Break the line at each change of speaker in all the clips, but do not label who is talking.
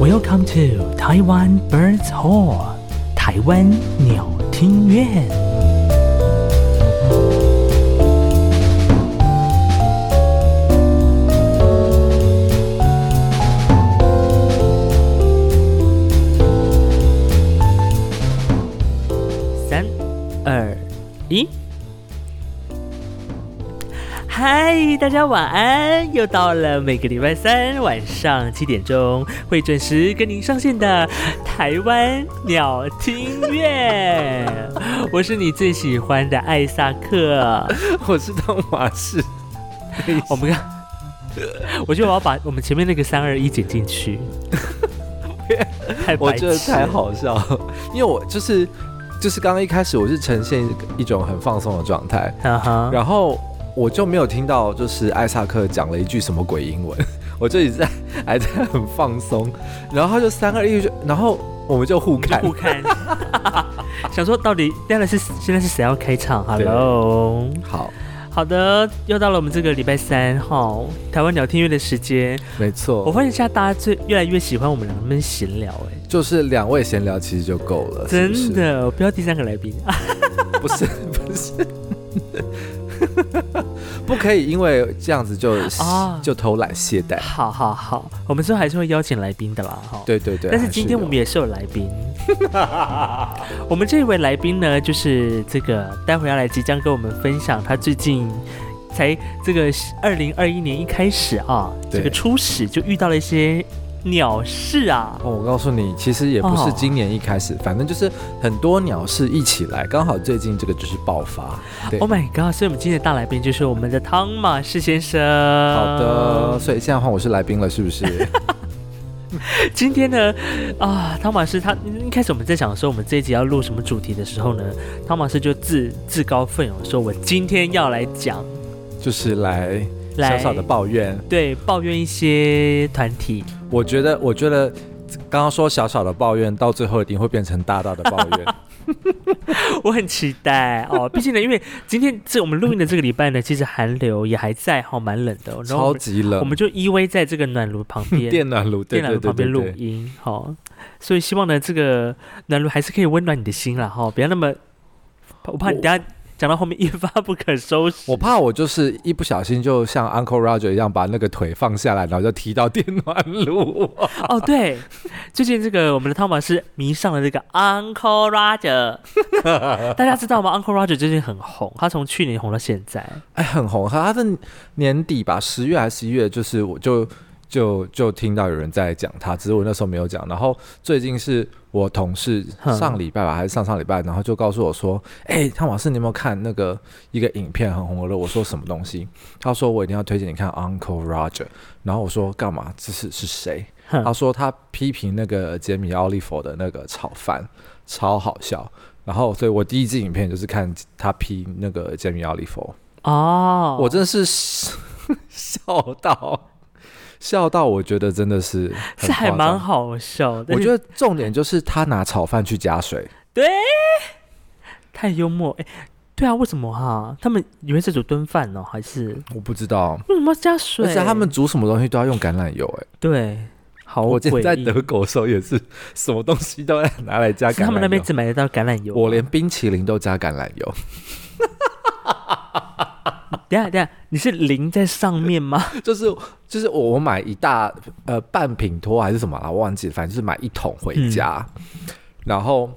Welcome to Taiwan Birds Hall，台湾鸟听院。三、二、一。嗨，大家晚安！又到了每个礼拜三晚上七点钟会准时跟您上线的台湾鸟听乐，我是你最喜欢的艾萨克。
我是汤马士，
我们看， 我觉得我要把我们前面那个三二一剪进去，太
我
白
觉得
痴
太好笑了，因为我就是就是刚刚一开始我是呈现一种很放松的状态，
哈哈，
然后我就没有听到就是艾萨克讲了一句什么鬼英文，我就一直在还在很放松，然后他就三二一就，然后我们就互看
互，看， 想说到底当然是现在是谁要开场
对
？Hello。
好，
好的，又到了我们这个礼拜三号台湾鸟听乐的时间。
没
我
错，
发现现在大家最越来越喜欢我们两个人闲聊、哎，
就是两位闲聊其实就够了，是不是
真，的，不要第三个来宾啊！
不是不是。 不可以，因为这样子就、
啊
就偷懒懈怠。
好好好，我们之后还是会邀请来宾的啦，哈。。
对对对，
但是
还
今天
有
我们也是有来 宾，我们这一位来宾呢，就是这个待会要来即将跟我们分享他最近才这个二零二一年一开始啊，
对
这个初始就遇到了一些鸟事啊，
哦，我告诉你，其实也不是
哦
今年一开始，反正就是很多鸟是一起来，刚好最近这个就是爆发。对
Oh my god！所以我们今天的大来宾就是我们的汤马士先生。
好
好
的，，所以现在换我是来宾了，是 不是？
今天呢，啊，汤马士他一开始我们在想说我们这一集要录什么主题的时候呢，汤马士就自自告奋勇说，我今天要来讲，
就是来小
来
小的抱怨。
对抱怨一些团体。
我觉得，我觉得刚刚说小小的抱怨，到最后一定会变成大大的抱怨。
我很期待哦，毕竟呢，因为今天这我们录音的这个礼拜呢，其实寒流也还在，哈、蛮冷的、哦， 然后我
超
们
级
我
冷
们，就依偎在这个暖炉旁边，
电暖炉，对
电暖
对
炉
对
旁边
对
录
对，
音，好、所以希望呢，这个暖炉还是可以温暖你的心啦，哈、不要那么，我怕你
我
等下讲到后面一发不可收拾。
我怕我就是一不小心就像 Uncle Roger 一样把那个腿放下来，然后就踢到电暖炉。
哦，对，最近这个我们的汤马是迷上了这个 Uncle Roger，大家知道吗？Uncle Roger 最近很红，他从去年红到现在，
哎，很红，他的年底吧，十月还是十一月，就是我就就就听到有人在讲他，只是我那时候没有讲。然后最近是我同事
哼
上礼拜吧，还是上上礼拜，然后就告诉我说：“哎、汤马斯，你有没有看那个一个影片很红的？”我说什么东西？他说我一定要推荐你看 Uncle Roger。然后我说干嘛？这是是谁？
哼
他说他批评那个杰米奥利佛的那个炒饭超好笑。然后，所以我第一支影片就是看他批那个杰米奥利佛。
哦，
我真的是笑到笑到，我觉得真 的是很
是还
夸张
蛮。好笑的，
我
得
觉得重点就是他拿炒饭去加水，
太幽默。哎，对啊，为什么哈、他们以为是煮炖饭哦，还是
我不知道。
为什么要加水？
而且他们煮什么东西都要用橄榄油、哎，
对，好
我之前在
诡异啊
德国的时候也是，什么东西都要拿来加橄榄
是
油。
他们那边只买得到橄榄油吗。
我连冰淇淋都加橄榄油，
等一下等一下，你是淋在上面吗？
就是就是我我买一大呃半品托还是什么啊，我忘记了，反正就是买一桶
嗯
回家，然后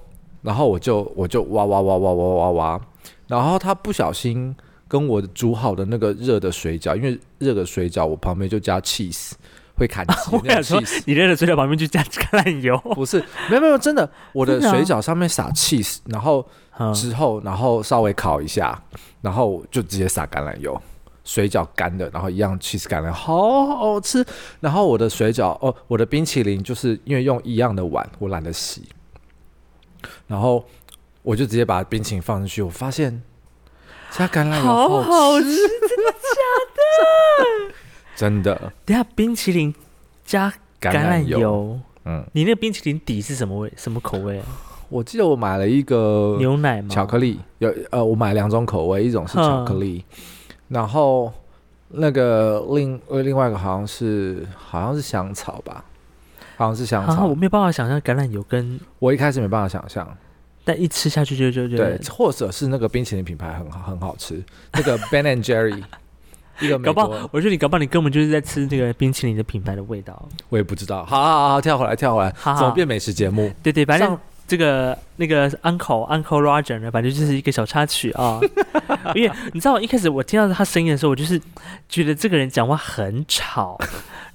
然后我就我就挖挖挖挖挖挖挖，然后他不小心跟我煮好的那个热的水饺，因为热的水饺我旁边就加 cheese，会砍鸡
啊我
那
想说
种 cheese。，
你扔了水饺旁边就加橄榄 油，
不是，没有没有，真的，我的
真的啊
水饺上面撒 cheese，然后
嗯
之后，然后稍微烤一下，然后就直接撒橄榄油，水饺干的，然后一样 cheese 橄榄油，好好吃。然后我的水饺哦，我的冰淇淋就是因为用一样的碗，我懒得洗，然后我就直接把冰淇淋放进去，我发现加橄榄油
好
好
好
吃，
吃。
真的，
等一下冰淇淋加橄榄
橄榄
油，
嗯，
你那个冰淇淋底是什么味？什么口味啊？
我记得我买了一个
牛奶吗？
巧克
哦
力，有呃，我买两种口味，一种是巧克力，然后那个另呃另外一个好像是好像是香草吧，好像是香
啊，
草。
我没有办法想象橄榄油跟，
我一开始没办法想象，
但一吃下去就就就
对，或者是那个冰淇淋品牌很好很好吃，那个 Ben and Jerry，一个美
搞不
国
好，，我觉得你搞不好你根本就是在吃这个冰淇淋的品牌的味道。
我也不知道。好好好好，跳回来跳回来，
好好
怎么变美食节目？
对对，反正
上
这个那个 uncle uncle Roger 呢，反正就是一个小插曲啊。 因为你知道，我一开始我听到他声音的时候，我就是觉得这个人讲话很吵，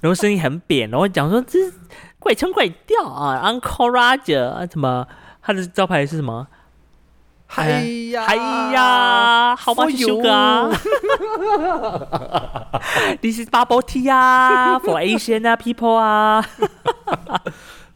然后声音很扁，然后讲说这怪腔怪调啊，uncle Roger 啊什么，他的招牌是什么？
嗨呀
哎呀，好吧，
哎呦
修哥啊，This is bubble tea 啊，for Asian 啊，people 啊。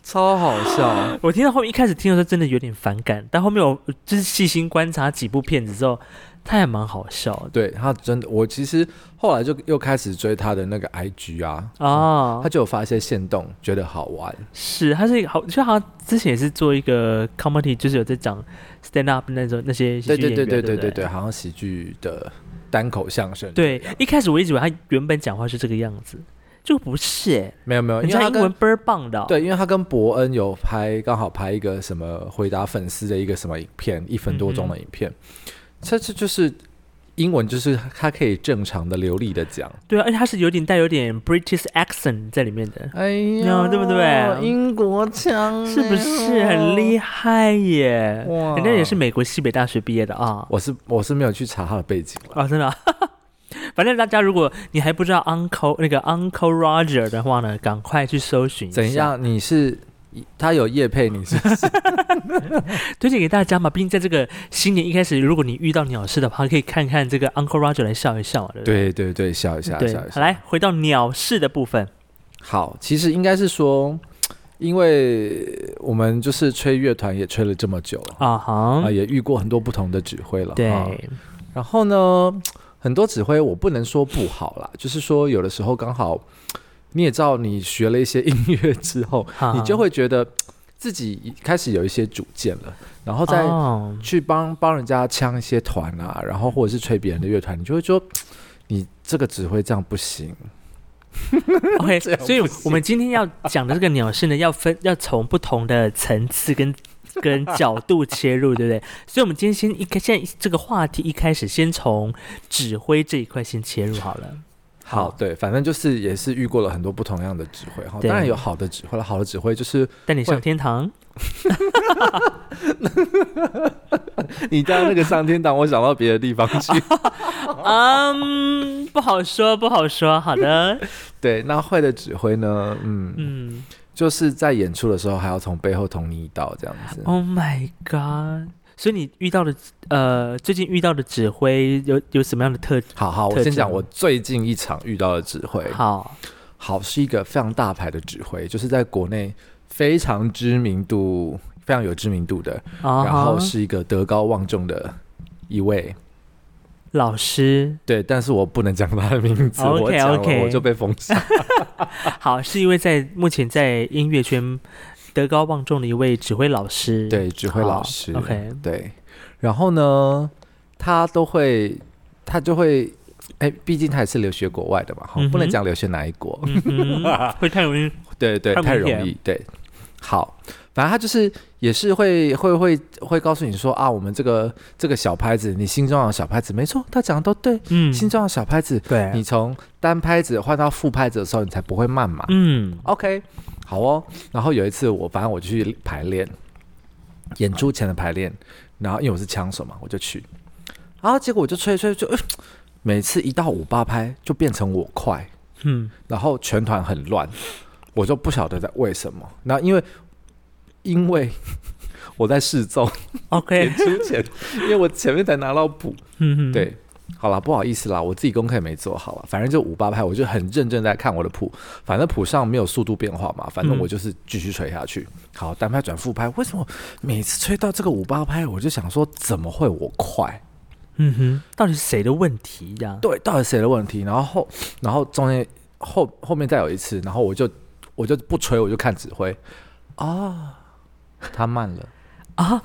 超好笑。
我听到后面一开始听的时候真的有点反感，但后面我就是细心观察几部片子之后，他还蛮好笑的
对他真的，我其实后来就又开始追他的那个 IG 啊，
哦
他。就有发一些线动，觉得好玩。
是，他是一个好，就好像之前也是做一个 comedy，就是有在讲 stand up 那种那些喜
对
剧演
对
员，
对对
对
对
不
对对，好像喜剧的单口相声。，
对。一开始我一直以为他原本讲话是这个样子，就不是、欸，
没有没有，
人
哦因为
家
他
英文
跟
倍儿棒的、，哦
对，因为他跟伯恩有拍，刚好拍一个什么回答粉丝的一个什么影片，一分多钟的影
嗯
片。这这就是英文，就是他可以正常的流利的讲。
对啊，而且他是有点带有点 British accent 在里面的，
哎
呀
呀，
哦对不对
英国腔
是不是很厉
害？
害耶？
嗯哇
人家也是美国西北大学毕业的啊。
我是我是没有去查他的背景了。
啊，真的、啊。 反正大家如果你还不知道 Uncle 那个 Uncle Roger 的话呢，赶快去搜寻一下
怎？样？你是他有叶 配，你是不是
推荐给大家嘛，毕竟在这个新年一开始，如果你遇到鸟事的话，可以看看这个 Uncle Roger 来笑一笑嘛，对不对？
对对对，笑一下，笑一
好
下。
来回到鸟事的部分，
好，其实应该是说，因为我们就是吹乐团也吹了这么久了
啊哈
啊、，也遇过很多不同的指挥了。
对
啊，然后呢，很多指挥我不能说不好啦，就是说有的时候刚好嗯你也知道，你学了一些音乐之后，
啊
你就会觉得自己开始有一些主见了，然后再
哦
去帮帮人家枪一些团啊，然后或者是吹别人的乐团，你就会说你这个指挥这样不行。
OK，
这样
所以我们今天要讲的这个鸟事呢，要分要从不同的层次跟 跟角度切入，对不对？所以我们今天先一开，现在这个话题一开始先从指挥这一块先切入好了。
好，对，反正就是也是遇过了很多不同样的指挥哈，
对
当然有好的指挥了，好的指挥就是
带你上天堂，
你到那个上天堂，我想到别的地方 去。哦
嗯，不好说，不好说。好的，
对，那会的指挥呢，嗯，
嗯
就是在演出的时候还要从背后捅你一刀这样子。
，Oh my God！所以你遇到的呃，最近遇到的指挥有有什么样的特
好好，我
特
先讲
征
我最近一场遇到的指挥，
好
好是一个非常大牌的指挥，就是在国内非常知名度、非常有知名度的，
啊
然后
哈？
是一个德高望重的一位，
老师，
对，但是我不能讲他的名字，
OK，
我讲
OK
了我就被封杀。
好，是一位在目前在音乐圈德高望重的一位指挥老师。
对，指挥老师
好，OK
对，然后呢，他都会，他就会，哎，毕竟他也是留学国外的嘛，哈、
嗯哼
不能讲留学哪一国，
嗯哼， 会太容易
对对，
太
太
明
容易，对。好，反正他就是也是会会会会告诉你说啊，我们这个这个小拍子，你心中的小拍子，没错，他讲的都对，
嗯
心中的小拍子，
对
你从单拍子换到副拍子的时候，你才不会慢嘛。
嗯
OK，好哦。然后有一次我反正我就去排练，演出前的排练，然后因为我是枪手嘛，我就去，然后结果我就吹吹吹，呃每次一到五八拍就变成我快，
嗯
然后全团很乱，我就不晓得在为什么。那因为因为我在试奏演
，OK，
出前，因为我前面才拿到谱，
嗯哼，
对，好啦，不好意思啦，我自己功课也没做好了，反正就五八拍，我就很认真在看我的谱，反正谱上没有速度变化嘛，
嗯
反正我就是继续吹下去。好，单拍转副拍，为什么每次吹到这个五八拍，我就想说怎么会我快？
嗯哼，到底是谁的问题呀？
对，到底谁的问题？然后后，然后中间后后面再有一次，然后我就我就不吹，我就看指挥
哦
啊，他慢了，
啊，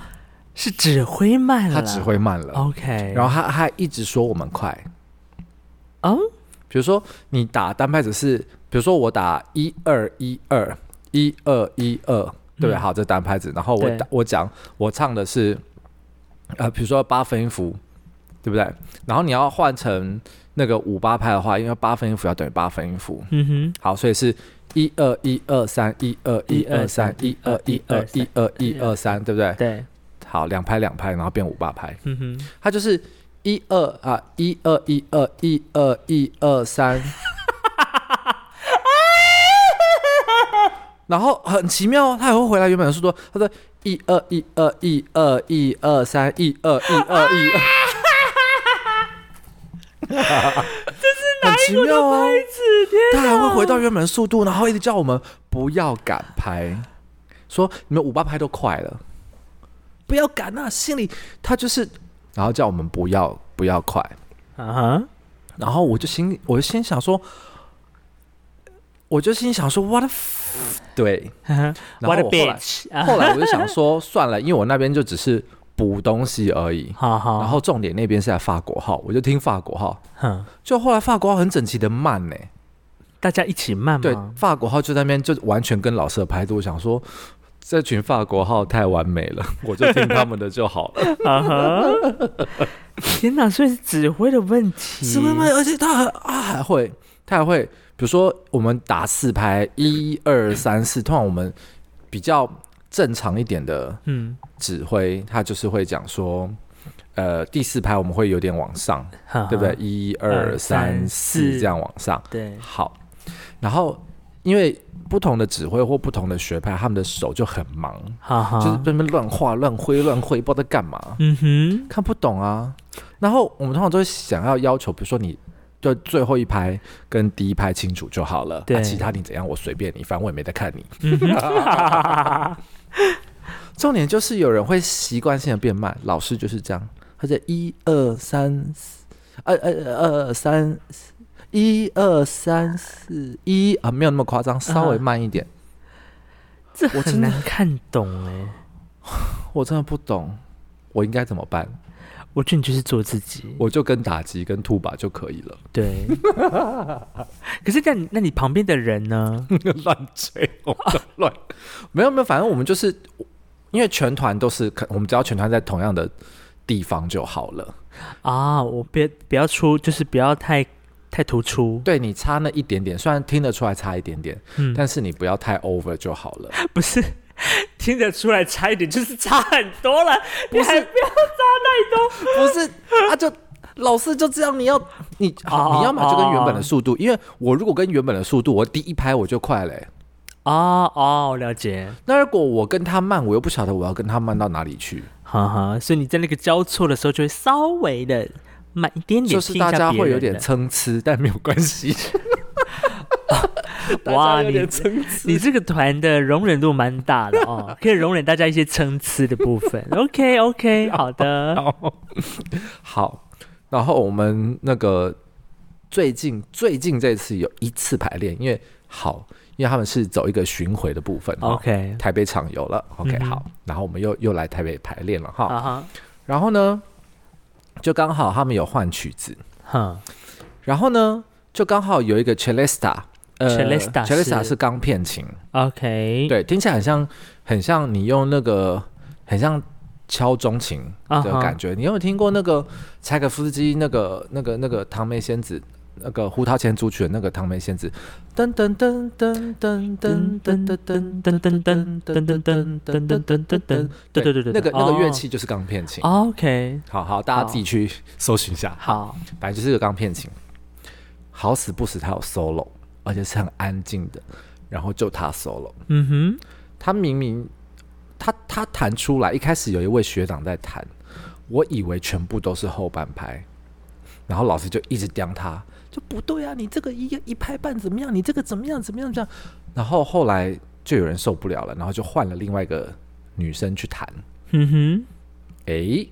是指挥慢了哦
他
啦，
指挥慢了，
，OK，
然
后
后他他还一直说我们快，
哦，
比如说你打单拍子是，比如说我打一二一二，一二一二，对不对？好，这单拍子。然后我
对
打我讲我唱的是，呃，比如说八分音符，对不对？然后你要换成那个五八拍的话，因为八分音符要等于八分音符。
嗯哼，
好，所以是一二一二三一二一二三一二一二一二一二三，对不对？
对，
好，两拍两拍，然后变五八拍，
嗯哼，
它就是一二啊一二一二一二一二三， 然后很奇妙哦，它还会回来原本的速度，它说一二一二一二一二三一二一二一二， 这是哪一个拍
子天
他还会回到原本的速度，然后一直叫我们不要赶拍，说你们五八拍都快了，不要赶啊！心里他就是，然后叫我们不要不要快，
啊哈，
然后我就心我就心想说，我就心想说 what the f- 对，
啊哈
然
，what a
后我后来
bitch 啊，
后来我就想 说算了，因为我那边就只是补东西而已，
好好，
然后重点那边是在法国号，我就听法国号，
哼，
就后来法国号很整齐的慢呢、
大家一起慢
对
吗，？
法国号就在那边就完全跟老师的拍度，想说这群法国号太完美了， 我就听他们的就好了。
啊哈，天哪，所以是指挥的问题，
是慢慢，而且他还啊还会，他还会，比如说我们打四拍，一二三四，通常我们比较正常一点的
嗯，
指挥，他就是会讲说。呃，第四拍我们会有点往上，
哈哈
对不对？？一二三四，
四
这样往上。
对，
好，然后因为不同的指挥或不同的学派，他们的手就很忙，
哈哈，
就是在那边乱画、乱挥、乱挥，不知道在干嘛，
嗯哼，
看不懂啊。然后我们通常都会想要要求，比如说你就最后一拍跟第一拍清楚就好了，
对
啊、其他你怎样我随便你，反正我也没在看你。
嗯哼，哈
重点就是有人会习惯性的变慢，老师就是这样，他在一二三四，呃呃呃呃三四一二三四一啊，没有那么夸张，稍微慢一点。
这
我
很
真的
难看懂哎，
我真的不懂，我应该怎么办？
我觉得你就是做自己，
我就跟打击跟吐吧就可以了，
对。可是那你那你旁边的人 呢？
乱吹我乱，没有没有，反正我们就是因为全团都是，可我们只要全团在同样的地方就好了。
啊，我别不要出，就是不要太太突出，
对你差那一点点，虽然听得出来差一点点，
嗯
但是你不要太 over 就好了。
不是听得出来差一点，就是差很多了，你还不要差太多。
不是，啊就。老师就这样，你要你
哦
好，你要么就跟原本
哦
的速度，因为我如果跟原本的速度，我第一拍我就快嘞、
哦哦，我了解，
那如果我跟他慢，我又不晓得我要跟他慢到哪里去。
哈哈，所以你在那个交错的时候，就会稍微的慢一点点，
就是
听一
大
下
家
别人
会有点
的
参差， 但没有关 系。大家
哇，
有
你
点参差
你这个团的容忍度蛮大的 哦，可以容忍大家一些参差的部分。OK OK，好的，
然后 好，然后我们那个最近最近这次有一次排练，因为好，因为他们是走一个巡回的部分哈
OK
台北场有了，OK、
嗯哼
好，然后我们又又来台北排练了哈，
啊哈，
然后呢，就刚好他们有换曲子，
哼，
然后呢，就刚好有一个 celesta。呃
Celesta 是
celesta 是钢片琴，
OK，
对，听起来很像，很像你用那个，很像敲钟琴
啊
的
哈
感觉。你有没有听过那个柴可夫斯基那个、那个、那个《堂妹仙子》那个胡桃钳组曲的那个《堂妹仙子》？噔噔噔噔噔噔噔噔噔噔噔噔噔噔噔噔噔噔噔噔。
对对对对，
那个那个乐
哦
器就是钢片琴。
OK，
好好，大家自己去搜寻一下。
好，
反正就是个钢片琴，好死不死它有 solo，而且是很安静的，然后就它 solo。
嗯
他明明他他弹出来，一开始有一位学长在弹，我以为全部都是后半拍，然后老师就一直刁他，就不对啊，你这个一一拍半怎么样？你这个怎么样？怎么样？这样，然后后来就有人受不了了，然后就换了另外一个女生去弹，
哼，嗯哼，
诶，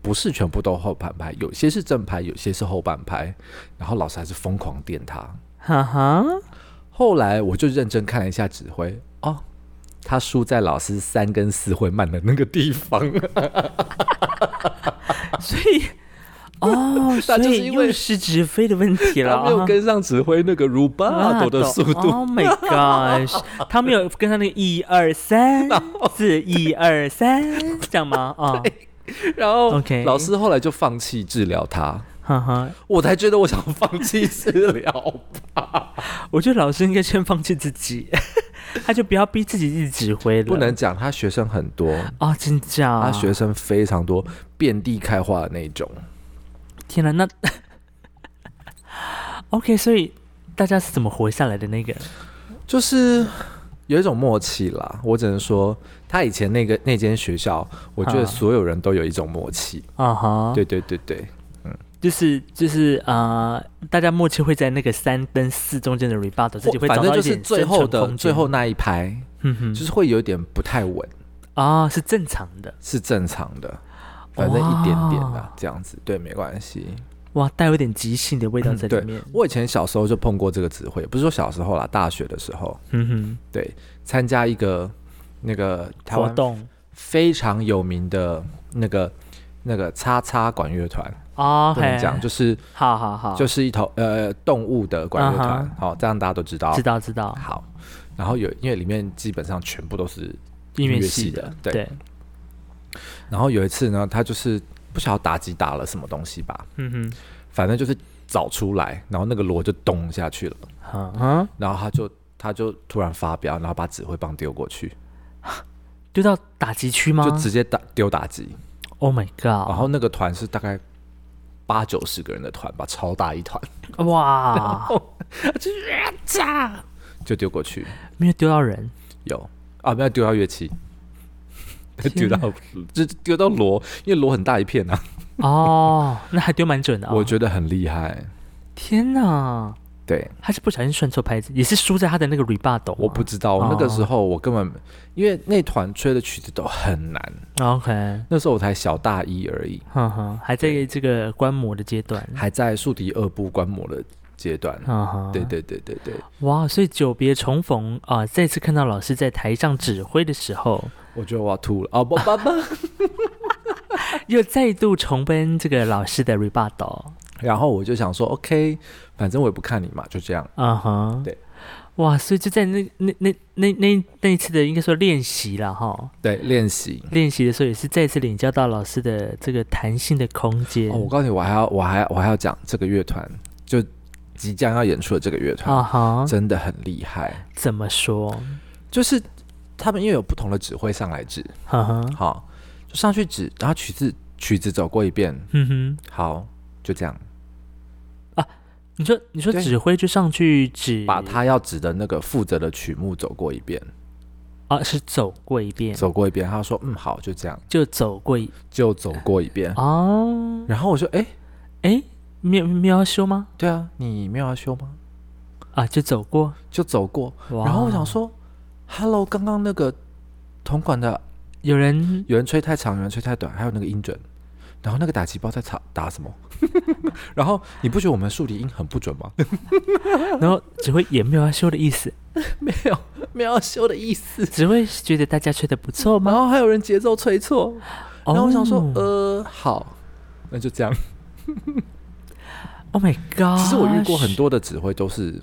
不是全部都后半拍，有些是正拍，有些是后半拍，然后老师还是疯狂电他，
哈哈，
后来我就认真看了一下指挥，哦，他输在老师三跟四会慢的那个地方。
所以哦，所
那就是
以
因为
又是直飞的问题了
他
啊。
没有跟上指挥那个 rubato 的速度，
Oh my gosh！他没有跟上那个一二三四一二三，这样 吗？啊，
然后
OK
老师后来就放弃治疗他，
哈哈，
我才觉得我想放弃治疗。
我觉得老师应该先放弃自己， 他就不要逼自己一直指挥了。
不能讲他学生很多，
哦，真假？
他学生非常多，遍地开花的那种。
天哪，那 OK，所以大家是怎么活下来的那个？
就是有一种默契啦。我只能说，他以前那个那间学校，我觉得
啊
所有人都有一种默契。
啊哈，
对对对对，
就是就是呃，大家默契会在那个三跟四中间的 rebuttal，自己会
反
找
正
到
就
一
是
点
最
生
后
存
的
空
最
间
后，那一排，
嗯哼，
就是会有点不太稳，
啊、是正常的。
是正常的。反正一点点的
哇
这样子，对，没关系。
哇，带有点即兴的味道在
嗯对
里面。
我以前小时候就碰过这个指挥，不是说小时候啦，大学的时候，
嗯
对，参加一个那个
哼，
台
活
湾
动
非常有名的那个那个叉叉管乐团，
哦，
不能讲，
嘿哦
就是
好好好，
就是是一头呃动物的管乐
嗯
团，好，这样大家都知道。
知道知道
好，然后有因为里面基本上全部都是，
音
乐
乐
系
系
的对
对，
然后有一次呢，他就是不晓得打击打了什么东西吧，
嗯
反正就是找出来，然后那个锣就咚下去了，
哼，啊，
然后他就他就突然发飙，然后把指挥棒丢过去，
丢到打击区吗
就直接打丢打击，
？Oh my
然
god！
后那个团是大概。八九十个人的团吧，超大一团，
哇，
就丢过去。
没有丢到 人，
有啊，没有丢到乐器，丢到就丢到锣，因为锣很大一片啊，
哦，那还丢蛮准的、哦。
我觉得很厉害。
天哪，
对，
他是不小心算错拍子，也是输在他的那个 rebuttal 吗。
我不知道，那个时候我根本因为那团吹的曲子都很难，
OK，
那时候我才小大一而已，
哼哼，还在这个观摩的阶段。
还在竖笛二部观摩的阶段。
嗯哼，
对对对对对，
哇，所以久别重逢啊、再次看到老师在台上指挥的时候，
我觉得我要吐了啊！不不不，
又再度重温这个老师的 rebuttal。
然后我就想说，OK，反正我也不看你嘛，就这样。
嗯哼，
对，
哇，所以就在那那那那那那一次的应该说练习了哈，
对，练习。
练习的时候也是再次领教到老师的这个弹性的空间。
哦，我告诉你，我还要我还我还要讲这个乐团，就即将要演出的这个乐团
啊哈，
真的很厉害，
怎么说？
就是他们因为有不同的指挥上来指，
哈哈，
好，就上去指，然后曲子曲子走过一遍，
嗯哼，
好，就这样，
你说你说
对
指挥就上去指
把他要指的那个负责的曲目走过一遍，
啊是走过一遍，
走过一遍，他说嗯好，就这样，
就走过一
就走过一遍，
哦，
然后我说哎、
哎，没有没有要修吗？
对啊，你没有要修吗？
啊，就走过。
就走过，
哇
然后我想说，Hello，刚刚那个铜管的
有人
有人吹太长，有人吹太短，还有那个音准，然后那个打击包在打打什么？ 然后你不觉得我们竖笛音很不准吗？
然后只会也没有要修的意思，
没有，没有要修的意思。
只会觉得大家吹的不错吗？
然后还有人节奏吹错，然后我想说，
哦
呃，好，那就这样。
，Oh my God！
其实我遇过很，多的指挥都是，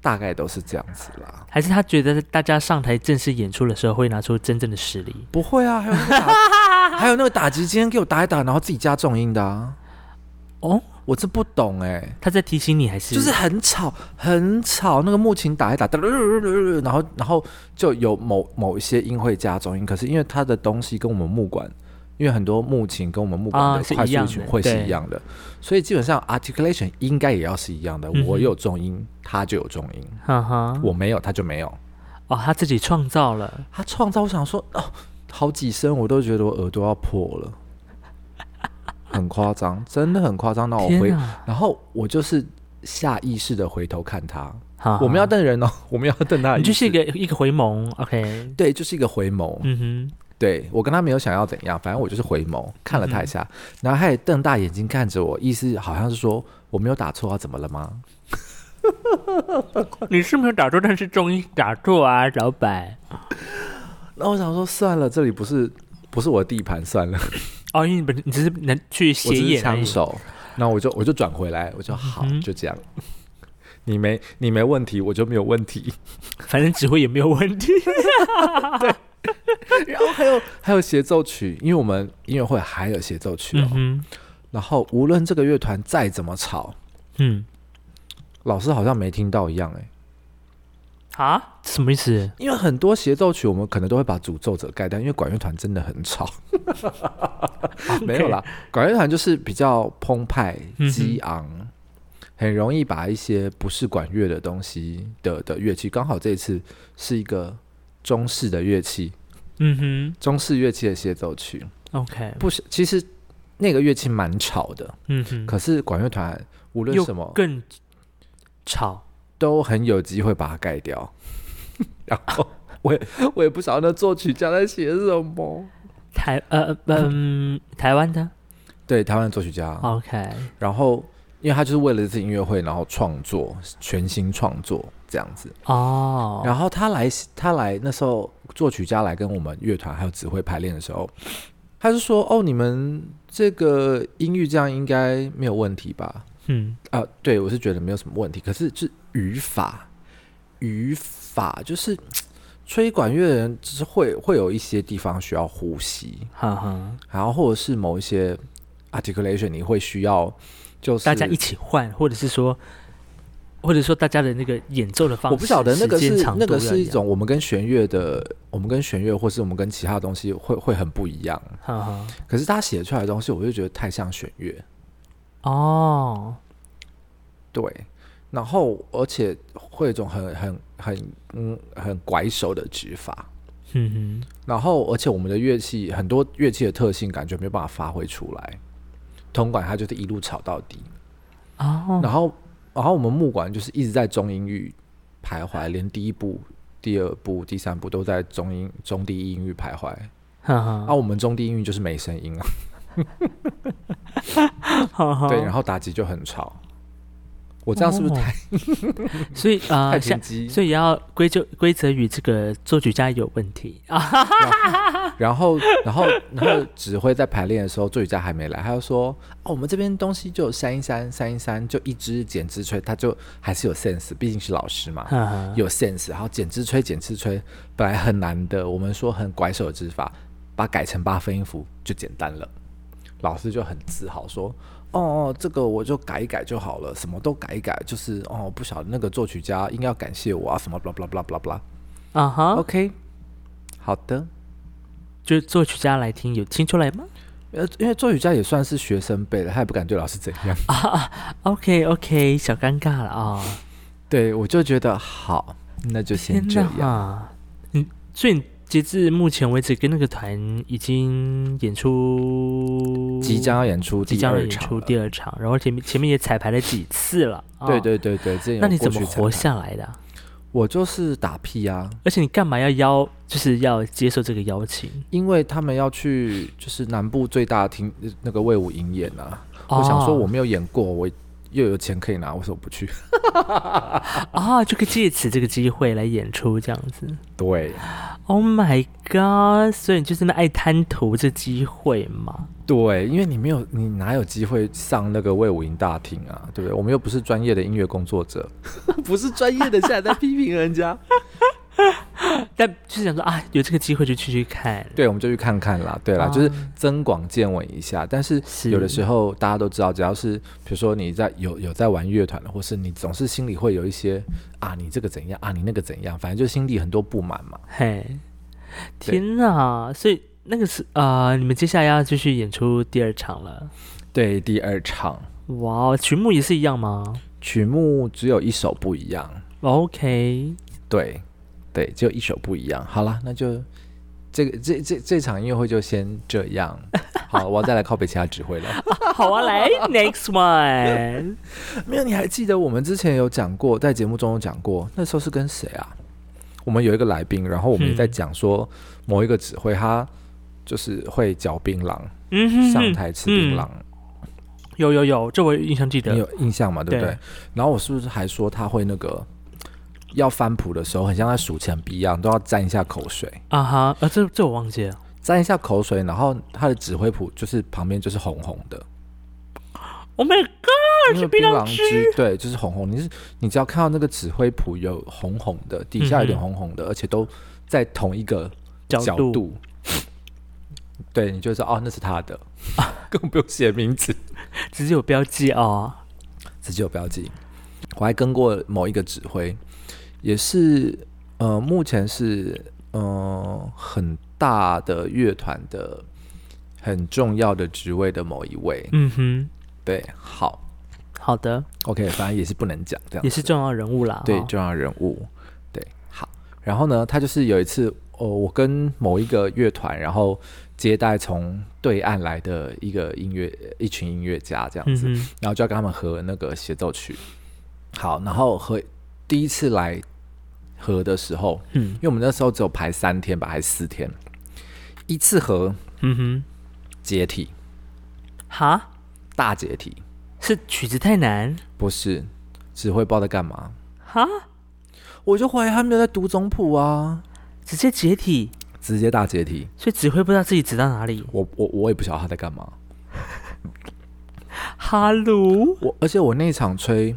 大概都是这样子啦。
还是他觉得大家上台正式演出的时候会拿出真正的实力
不会啊，还 有那个打，还有那个打击，今天给我打一打，然后自己加重音的啊，
哦。
我这不懂哎、
他在提醒你还是
就是很吵，很吵。那个木琴打一打，哒哒哒哒哒然后然后就有某某一些音会加重音，可是因为它的东西跟我们木管，因为很多木琴跟我们木管
啊
的
是
快
一
速
样
群
的
会是
对
一样的，所以基本上 articulation 应该也要是一样的。
嗯
我
哼
有重音，它就有重音；
哈哈
我没有，它就没有。
哦，他自己创造了，
他创造，我想说哦，好几声我都觉得我耳朵要破了， 很夸张，真的很夸张。哦那我
天啊
回，
哪！
然后我就是下意识的回头看他。
哈哈
我们要瞪人哦， 我们要瞪他的意思。
你就是一个一个回眸，OK，
对，就是一个回眸。
嗯哼，
对我跟他没有想要怎样，反正我就是回眸看了他一下，然后他也瞪大眼睛看着我，意思好像是说我没有打错啊，怎么了吗？
你是没有打错，但是终于打错啊，老板。
那我想说算了，这里不是不是我的地盘，算了，
哦，因为你本你只是能去
我
斜
只是
眼而
枪
已
手。然后我就我就转回来，我就好
嗯哼
就这样。你没你没问题，我就没有问题。
反正指挥也没有问 题。
然后还有还有协奏曲，因为我们音乐会还有协奏曲哦。
嗯哼，
然后无论这个乐团再怎么吵，
嗯，
老师好像没听到一样哎、
啊，什么意思？
因为很多协奏曲，我们可能都会把诅咒者盖掉，因为管乐团真的很吵。啊没有啦，管乐团就是比较澎湃、
嗯哼
激昂，很容易把一些不是管乐的东西的的乐器，刚好这一次是一个中式的乐器，
嗯
中式乐器的协奏曲。
哼，OK，
不是，其实那个乐器蛮吵的，
嗯哼，
可是管乐团无论
又
什么
更吵。
都很有机会把它盖掉。 然后我也我也不晓得那作曲家在写什么。
台呃嗯、台湾的
对，台湾的作曲家。啊
OK，
然后，因为他就是为了这次音乐会，然后创作全新创作这样子。
哦，
然后他来，他来那时候作曲家来跟我们乐团还有指挥排练的时候，他就说：“哦，你们这个音域这样应该没有问题吧
嗯？”
啊、对我是觉得没有什么问题，可是就是语法，语法就是。嗯吹管乐的人就是会会有一些地方需要呼吸，
哈哈，
然后或者是某一些 articulation，你会需要就是
大家一起换，或者是说，或者说大家的那个演奏的方式，
我不晓得那个
时间
是
长
那个
度要
是一
样，
种我们跟弦乐的，我们跟弦乐或是我们跟其他东西会会很不一样。
哈哈，
可是他写出来的东西，我就觉得太像弦乐。
哦，
对，然后而且会有一种很很很嗯很拐手的指法。
嗯哼，
然后而且我们的乐器很多乐器的特性感觉没有办法发挥出来。铜管它就是一路吵到底，
哦，
然后然后我们木管就是一直在中音域徘徊，连第一步、第二步、第三步都在中音中低音域徘徊。
哈
啊，
哦
我们中低音域就是没声音啊，
哈，哈哈
对，然后打击就很吵。我这样是不是太、
所以哦啊、
太
呃，
偏
像
激？
所以也要归咎规则与这个作曲家有问题啊，
然后，然后，然后指挥在排练的时候，作曲家还没来，他就说：“哦，我们这边东西就有删一删，删一删，就一支剪枝吹，他就还是有 sense，毕竟是老师嘛，
哈啊哈，
有 sense。然后剪枝吹，剪枝吹，本来很难的，我们说很拐手的指法，把它改成八分音符就简单了。老师就很自豪说：“哦哦，这个我就改一改就好了，什么都改一改，就是哦，不晓得那个作曲家应该要感谢我啊，什么 blah blah blah blah blah。
啊哈，
OK，好的。
就是作曲家来听有听出来吗
呃，因为作曲家也算是学生辈了，他也不敢对老师怎样。
？OK OK，小尴尬了啊、
对我就觉得好，那就先
天
这样。
哪！嗯，所以截至目前为止，跟那个团已经演出
即将要演出
即
第
将要
二
演
场
出
了，
第二场，然后前面前面也彩排了几次了。啊
对，对对对，之前有
那你
过
怎么
去
活
参加？
下来的啊、
我就是打屁啊，
而且你干嘛要邀，就是要接受这个邀请？
因为他们要去就是南部最大的厅呃那个魏武营演啊，我想说我没有演过，我又有钱可以拿，为什么不去？
啊、哦就可以借此这个机会来演出这样子。
对
Oh my god！所以你就是那么爱贪图这机会嘛？
对，因为你没有，你哪有机会上那个魏武营大厅啊？对不对？我们又不是专业的音乐工作者， 不是专业的，现在在批评人家。
但就是想说啊，有这个机会就去去看。
对，我们就去看看啦。对啦，
啊
就是增广见闻一下。但哦是
是
有的时候大家都知道，只要是比如说你在有有在玩乐团的，或是你总是心里会有一些啊，你这个怎样啊，你那个怎样，反正就心里很多不满嘛。
嘿，
对
天哪！所以那个是呃，你们接下来要继续演出第二场了。
对，第二场
哇哦，曲目也是一样吗
曲目只有一首不一样，
？OK，
对，对，只有一首不一样。好啦，那就这个这这这场音乐会就先这样。好，我要再来靠北其他指挥了。
好啊， 来 next one。
没有，你还记得我们之前有讲过，在节目中有讲过，那时候是跟谁啊？我们有一个来宾，然后我们也在讲说某一个指挥他就是会嚼槟榔，
嗯哼
上台吃槟榔，
有有有，这我印象记
你
得。
有印象嘛？嗯对不对？
对
然后我是不是还说他会那个要翻谱的时候，很像在数钱币一样，都要沾一下口水，
啊哈，呃，这这我忘记了。
沾一下口水，然后他的指挥谱就是旁边就是红红的，
Oh my
因
god！
为
是
槟
槟
榔
榔
汁
汁，
对，就是红红。你是你只要看到那个指挥谱有红红的，底下有点红红的，而且都在同一个
角
嗯角
度
度，对，你就会知道哦，那是他的， 更不用写名字，
只有标记哦。
自己有标记。我还跟过某一个指挥，也是呃，目前是呃很大的乐团的很重要的职位的某一位。
嗯哼，
对，好
好的，
，OK，反正也是不能讲这样
也。是重要人物啦。
对
哦
重要人物，对，好。然后呢，他就是有一次，哦，我跟某一个乐团，然后接待从对岸来的一个音乐一群音乐家这样
嗯
子，
哼，
然后就要跟他们合那个协奏曲。好，然后合第一次来合的时候，
嗯
因为我们那时候只有排三天吧，还是四天，一次合
嗯哼，
解体，
哈，
大解体，
是曲子太难
不是指挥不知道在干嘛，
哈，
我就怀疑他们在读总谱啊，
直接解体，
直接大解体。
所以指挥不知道自己指到哪里。
我我我也不晓得他在干嘛。
哈鲁，
我而且我那一场吹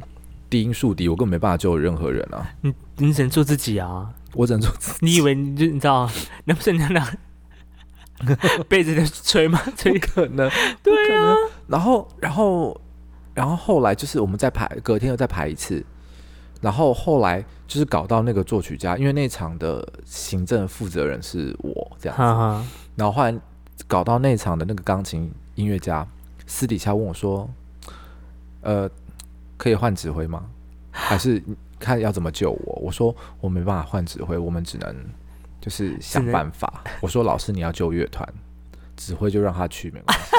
低音竖笛，我根本没办法救任何人啊！
你你只能做自己啊！
我只能说，
你以为你就你知 道，那不是你那被子在吹 吗？吹
可能对啊。然后然后然后后来就是我们再排，隔天又再排一次。然后后来就是搞到那个作曲家，因为那场的行政负责人是我这样子
哈哈，
然后后来搞到那场的那个钢琴音乐家，私底下问我说：“呃，可以换指挥吗？还是看要怎么救我？”我说：“我没办法换指挥，我们只能就是想
只能
办法。”我说：“老师，你要救乐团，指挥就让他去，没关系。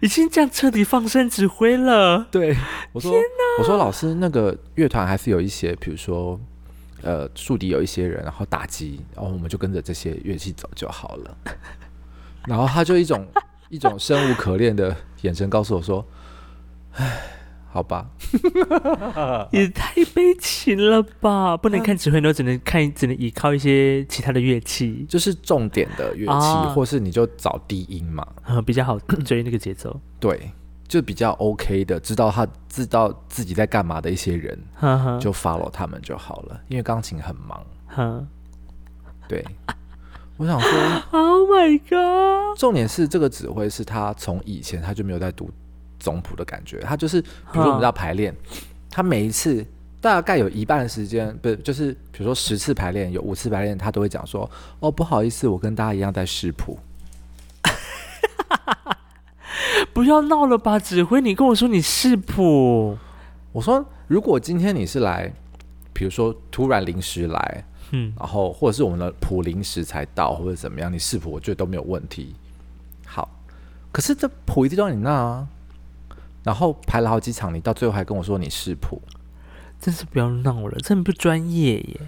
已经这样彻底放生指挥了”。
对，我说：“我说老师，那个乐团还是有一些，比如说。”呃，竖笛有一些人，然后打击，然后我们就跟着这些乐器走就好了。 然后他就一种一种生无可恋的眼神告诉我说：“唉，好吧，啊
也太悲情了吧！不能看指挥，都只能看，只能依靠一些其他的乐器，
就是重点的乐器，
啊
或是你就找低音嘛，
呃，比较 好追那个节奏。
对，就比较 OK 的，知道他知道自己在干嘛的一些人，
哈哈，
就 follow 他们就好了。因为钢琴很忙，
哈
对。 我想说，
，Oh my god！
重点是这个指挥是他从以前他就没有在读总谱的感觉，他就是比如说我们要排练，他每一次大概有一半的时间，不是就是比如说十次排练有五次排练，他都会讲说哦不好意思，我跟大家一样在试谱，
不要闹了吧，指挥！你跟我说你是谱，
我说，如果今天你是来，比如说突然临时来，
嗯，
然后或者是我们的谱临时才到，或者怎么样，你试谱我觉得都没有问题。好，可是这谱一直都在你那啊，然后排了好几场，你到最后还跟我说你试谱，
真是不要闹了，真的不专业耶。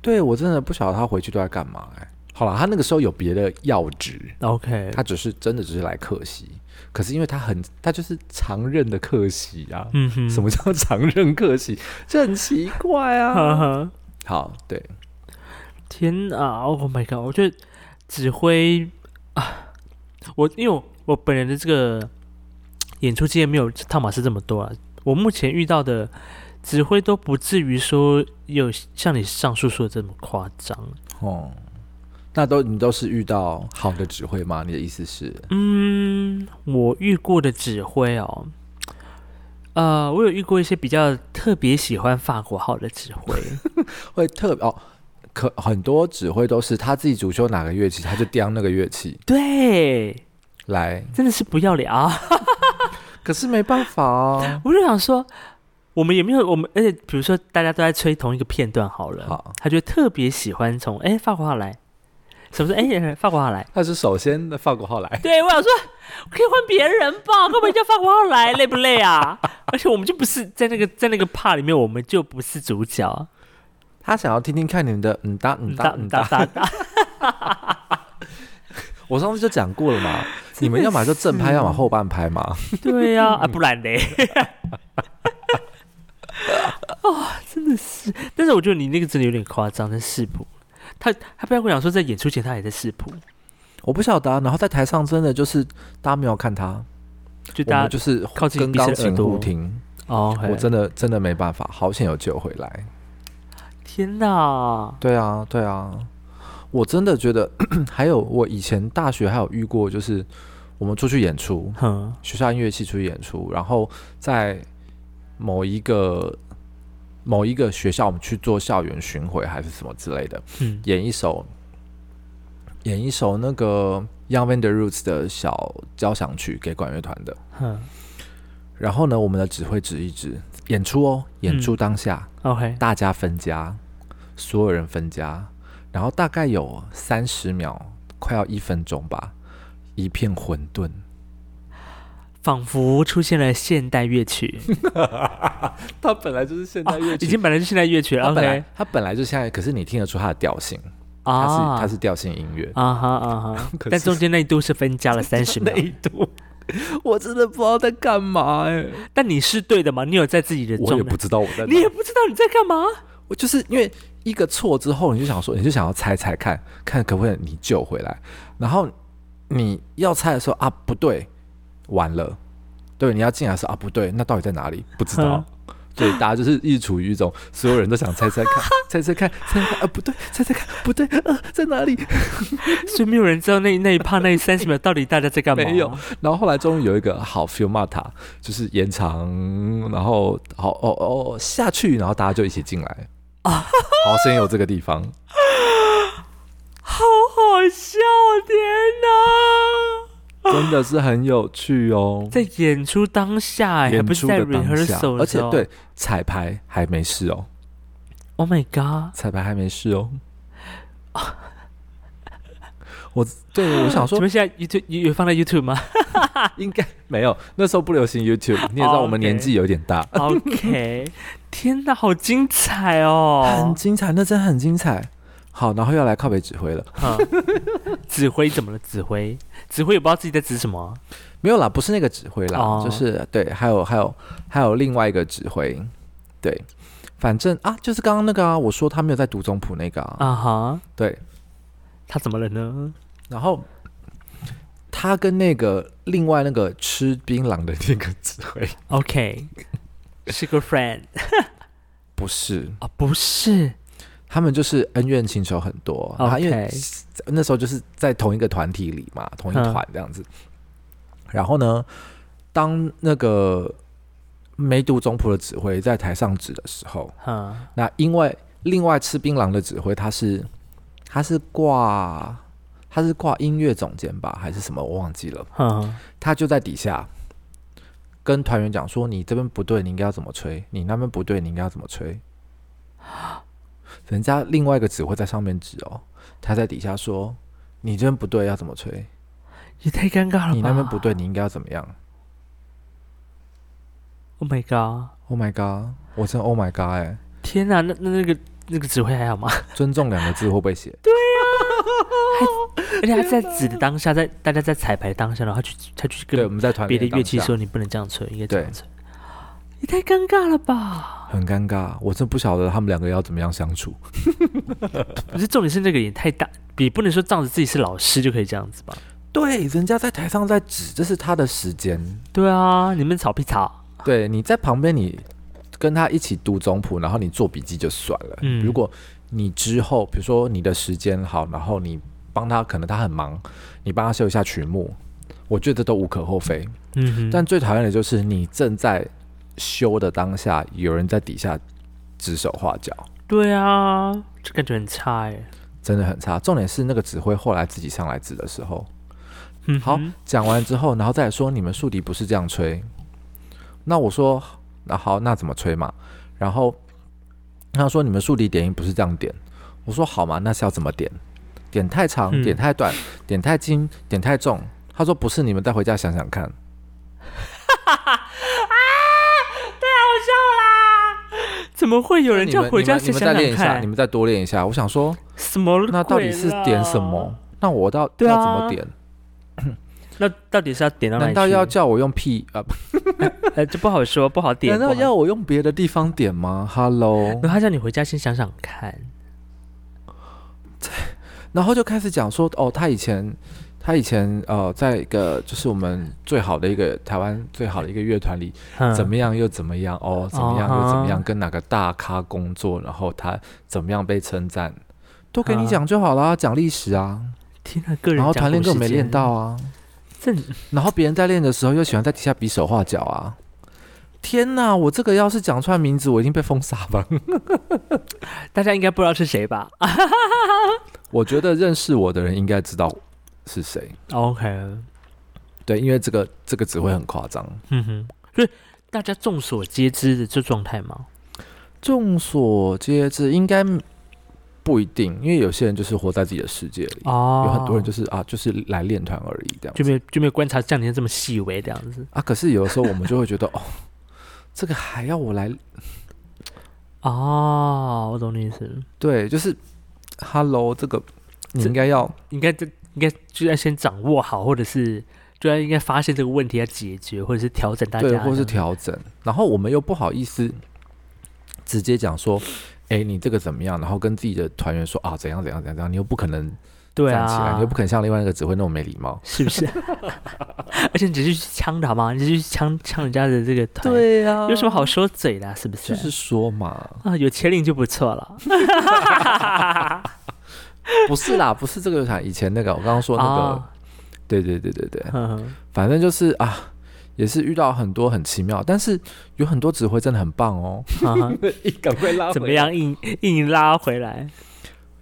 对我真的不晓得他回去都在干嘛哎、好了，他那个时候有别的要职，
OK，
他只是真的只是来客席，可是因为他很他就是常任的客席啊。
嗯哼，
什么叫常任客席？这很奇怪
哈
啊。
哈，
好，对，
天啊！Oh my god！我觉得指挥啊，我因为我我本人的这个演出经验没有汤马斯这么多啊，我目前遇到的指挥都不至于说有像你上述说的这么夸张。
哦，那都你都是遇到好的指挥吗？你的意思是？
嗯，我遇过的指挥哦，呃，我有遇过一些比较特别喜欢法国号的指挥，
会特哦，可很多指挥都是他自己主修哪个乐器，他就雕那个乐器
对，
来。
真的是不要脸啊！
可是没办法啊。
我就想说，我们也没有我们，而且比如说大家都在吹同一个片段好了，
好，
他就特别喜欢从哎、法国号来，什么时候哎、法国号来？
那是首先的法国号来，
对我想说，可以换别人吧，干嘛一定要法国号来？累不累啊？ 而且我们就不是在那个在那个 part 里面，我们就不是主角啊。
他想要听听看你们的嗯哒嗯哒嗯哒。
哒哒，
我上次就讲过了嘛，你们要么就正拍，要么后半拍嘛。
对呀、 啊，不然嘞。哦，啊真的是，但是我觉得你那个真的有点夸张，在试谱。他他不要跟我讲说，在演出前他也在试谱，
我不晓得、啊。然后在台上真的就是大家没有看他，
就
我
大
们
家
就是
靠近
跟
彼此
钢
的
琴
耳朵
互听。
哦，
我
嘿
真的真的没办法，好险有救回来。
天哪，
对啊，对啊，我真的觉得 还有我以前大学还有遇过，就是我们出去演出，
哼，
学校音乐系出去演出，然后在某一个某一个学校，我们去做校园巡回还是什么之类的，
嗯
演一首演一首那个 Young Van der Roots 的小交响曲给管乐团的。
哼
然后呢，我们的指挥指一指演出哦，演出当下、
，OK，
大家分家，所有人分家，然后大概有三十秒，快要一分钟吧，一片混沌。
仿佛出现了现代乐 曲，
它本来就是现代乐
已经本来是现代乐曲了
它哦本来
，OK，
它本来就现在，可是你听得出它的调性，它是、
啊，
它是调性音乐。
啊哈啊哈
可，
但
是欸
中间那一度是分 加了三十秒
那，一度，我真的不知道在干嘛哎、
但你是对的吗？你有在自己的
我
中
也，不知道我在哪，
你也不知道你在干嘛，
我就是因为一个错之后，你就想说，你就想要猜猜看，看可不可以你救回来。然后你要猜的时候啊，不对，完了，对，你要进来说啊，不对，那到底在哪里？不知 道。对，大家就是一直处于一种所有人都想猜猜看，猜猜看，猜猜看啊，不对，猜猜看，不对，啊，在哪里？
所以没有人知道那那一趴那三十秒到底大家在干嘛。
没有然后后来终于有一个好 feel mata，就是延长，然后好哦哦下去，然后大家就一起进来啊，好先有这个地方，
好好笑，啊天哪！
真的是很有趣哦。
在演出当下、欸，还
演
不是
出
在
的当下
rehearsal，，
而且对彩排还没事哦，
，Oh my god，
彩排还没事 哦。我对我想
你
说
们现在 YouTube 有有放在 YouTube 吗
应该没有，那时候不流行 YouTube，你也知道我们
哦 OK
年纪有点大，
？OK，天 哪，好精彩哦
很！精彩，那真的很精彩。好，然后又要来靠北指挥了，
嗯 指挥怎么了？指挥，指挥也不知道自己在指什么。
没有啦，不是那个指挥啦，
哦
就是对，还有还有还有另外一个指挥，对，反正啊，就是刚刚那个啊，我说他没有在读总谱那个啊
啊哈，
对，
他怎么了呢？
然后他跟那个另外那个吃槟榔的那个指挥
OK，是个 friend
不是，
啊、不是
他们就是恩怨情仇很多。然后因为
OK
那时候就是在同一个团体里嘛，同一
嗯
团这样子。然后呢，当那个梅毒总谱的指挥在台上指的时候，
哈
那因为另外吃槟榔的指挥他是他是挂他是挂音乐总监吧，还是什么我忘记了。
哈
他就在底下跟团员讲说：“你这边不对，你应该要怎么吹；你那边不对，你应该要怎么吹。”人家另外一个指挥在上面指哦，他在底下说：“你这边不对，要怎么吹？
也太尴尬了吧！
你那边不对，你应该要怎么样
，Oh my god，
？”Oh my god！我真的 Oh my god！哎、
天哪，那那那个那个指挥还好吗？
尊重两个字会不会写？
而且他在指的当下，在大家在彩排当下，然后他去他去
对，我
跟
们在团
别的
练
乐器
当下
说你不能这样吹，应该这样吹，也太尴尬了吧？
很尴尬，我真不晓得他们两个要怎么样相处。
不是重点是那个也太大，也不能说仗着自己是老师就可以这样子吧？
对，人家在台上在指，这是他的时间。
对啊，你们吵屁吵，
对，你在旁边，你跟他一起读总谱，然后你做笔记就算了。
嗯
如果你之后，比如说你的时间好，然后你帮他，可能他很忙，你帮他修一下曲目，我觉得都无可厚非。
嗯哼，
但最讨厌的就是你正在修的当下，有人在底下指手画脚，
对啊，这感觉很差哎、
真的很差。重点是那个指挥后来自己上来指的时候，
嗯哼
好，讲完之后，然后再来说你们竖笛不是这样吹。那我说，那好，那怎么吹嘛？然后他说你们竖笛点音不是这样点。我说好嘛，那是要怎么点？点太长
嗯，
点太短，点太轻，点太重。他说不是，你们带回家想想看。
怎么会有人
你
叫
们
回家
你
先
们你们
想
再
想
练一下，
看
你？们再多练一下。我想说，
什么鬼啦？
那到底是点什么？那我到
对啊
要怎么点？
那到底是要点到哪里
难
去？
道要叫我用屁啊？
呃，这不好说，不好点。
难道
不好
要我用别的地方点吗？Hello，
然后他叫你回家先想想看。
然后就开始讲说，哦，他以前他以前呃，在一个就是我们最好的一个台湾最好的一个乐团里，
嗯
怎么样又怎么样哦，怎么样
哦
又怎么
哈
样，跟哪个大咖工作，然后他怎么样被称赞，都给你
啊
讲就好啦，讲历史啊，
天啊，个人
然后
讲
团练
故
更
事
没练
间，
到啊，
这
然后别人在练的时候又喜欢在底下比手画脚啊。天哪！我这个要是讲出来名字，我一定被封杀 吧？
大家应该不知道是谁 吧、啊、
我觉得认识我的人应该知道是谁，
？OK，
嗯对，因为这个这个只会很夸张。
嗯哼，就是大家众所皆知的这状态吗？
众所皆知，应该不一定，因为有些人就是活在自己的世界里，
哦，
有很多人就是是啊，就是来练团而已这样
就
子
没有就没有观察像你这么细微这样子
啊。可是有的时候我们就会觉得，哦，这个还要我来？
哦，我懂你意思，
对，就是，Hello，这个你
这
应该要
应该这应该就要先掌握好，或者是就要应该发现这个问题要解决，或者是调整大家这
对，
样，
或是调整，然后我们又不好意思直接讲说。哎、你这个怎么样？然后跟自己的团员说啊，怎样怎样怎样怎样，你又不可能
对
站
啊，
起来，你又不可能像另外那个指挥那么没礼貌。
是不是？ 而且你只是去呛的好吗？你只是去呛呛人家的这个团，，
呀、啊
有什么好说嘴的啊、是不是？
就是说嘛，
啊，有钱领就不错了。
不是啦，不是这个乐团，以前那个我刚刚说那个，
哦
对对对对对，
嗯
反正就是啊，也是遇到很多很奇妙，但是有很多指挥真的很棒 哦。
嗯
赶快拉
怎么？样硬硬拉回来？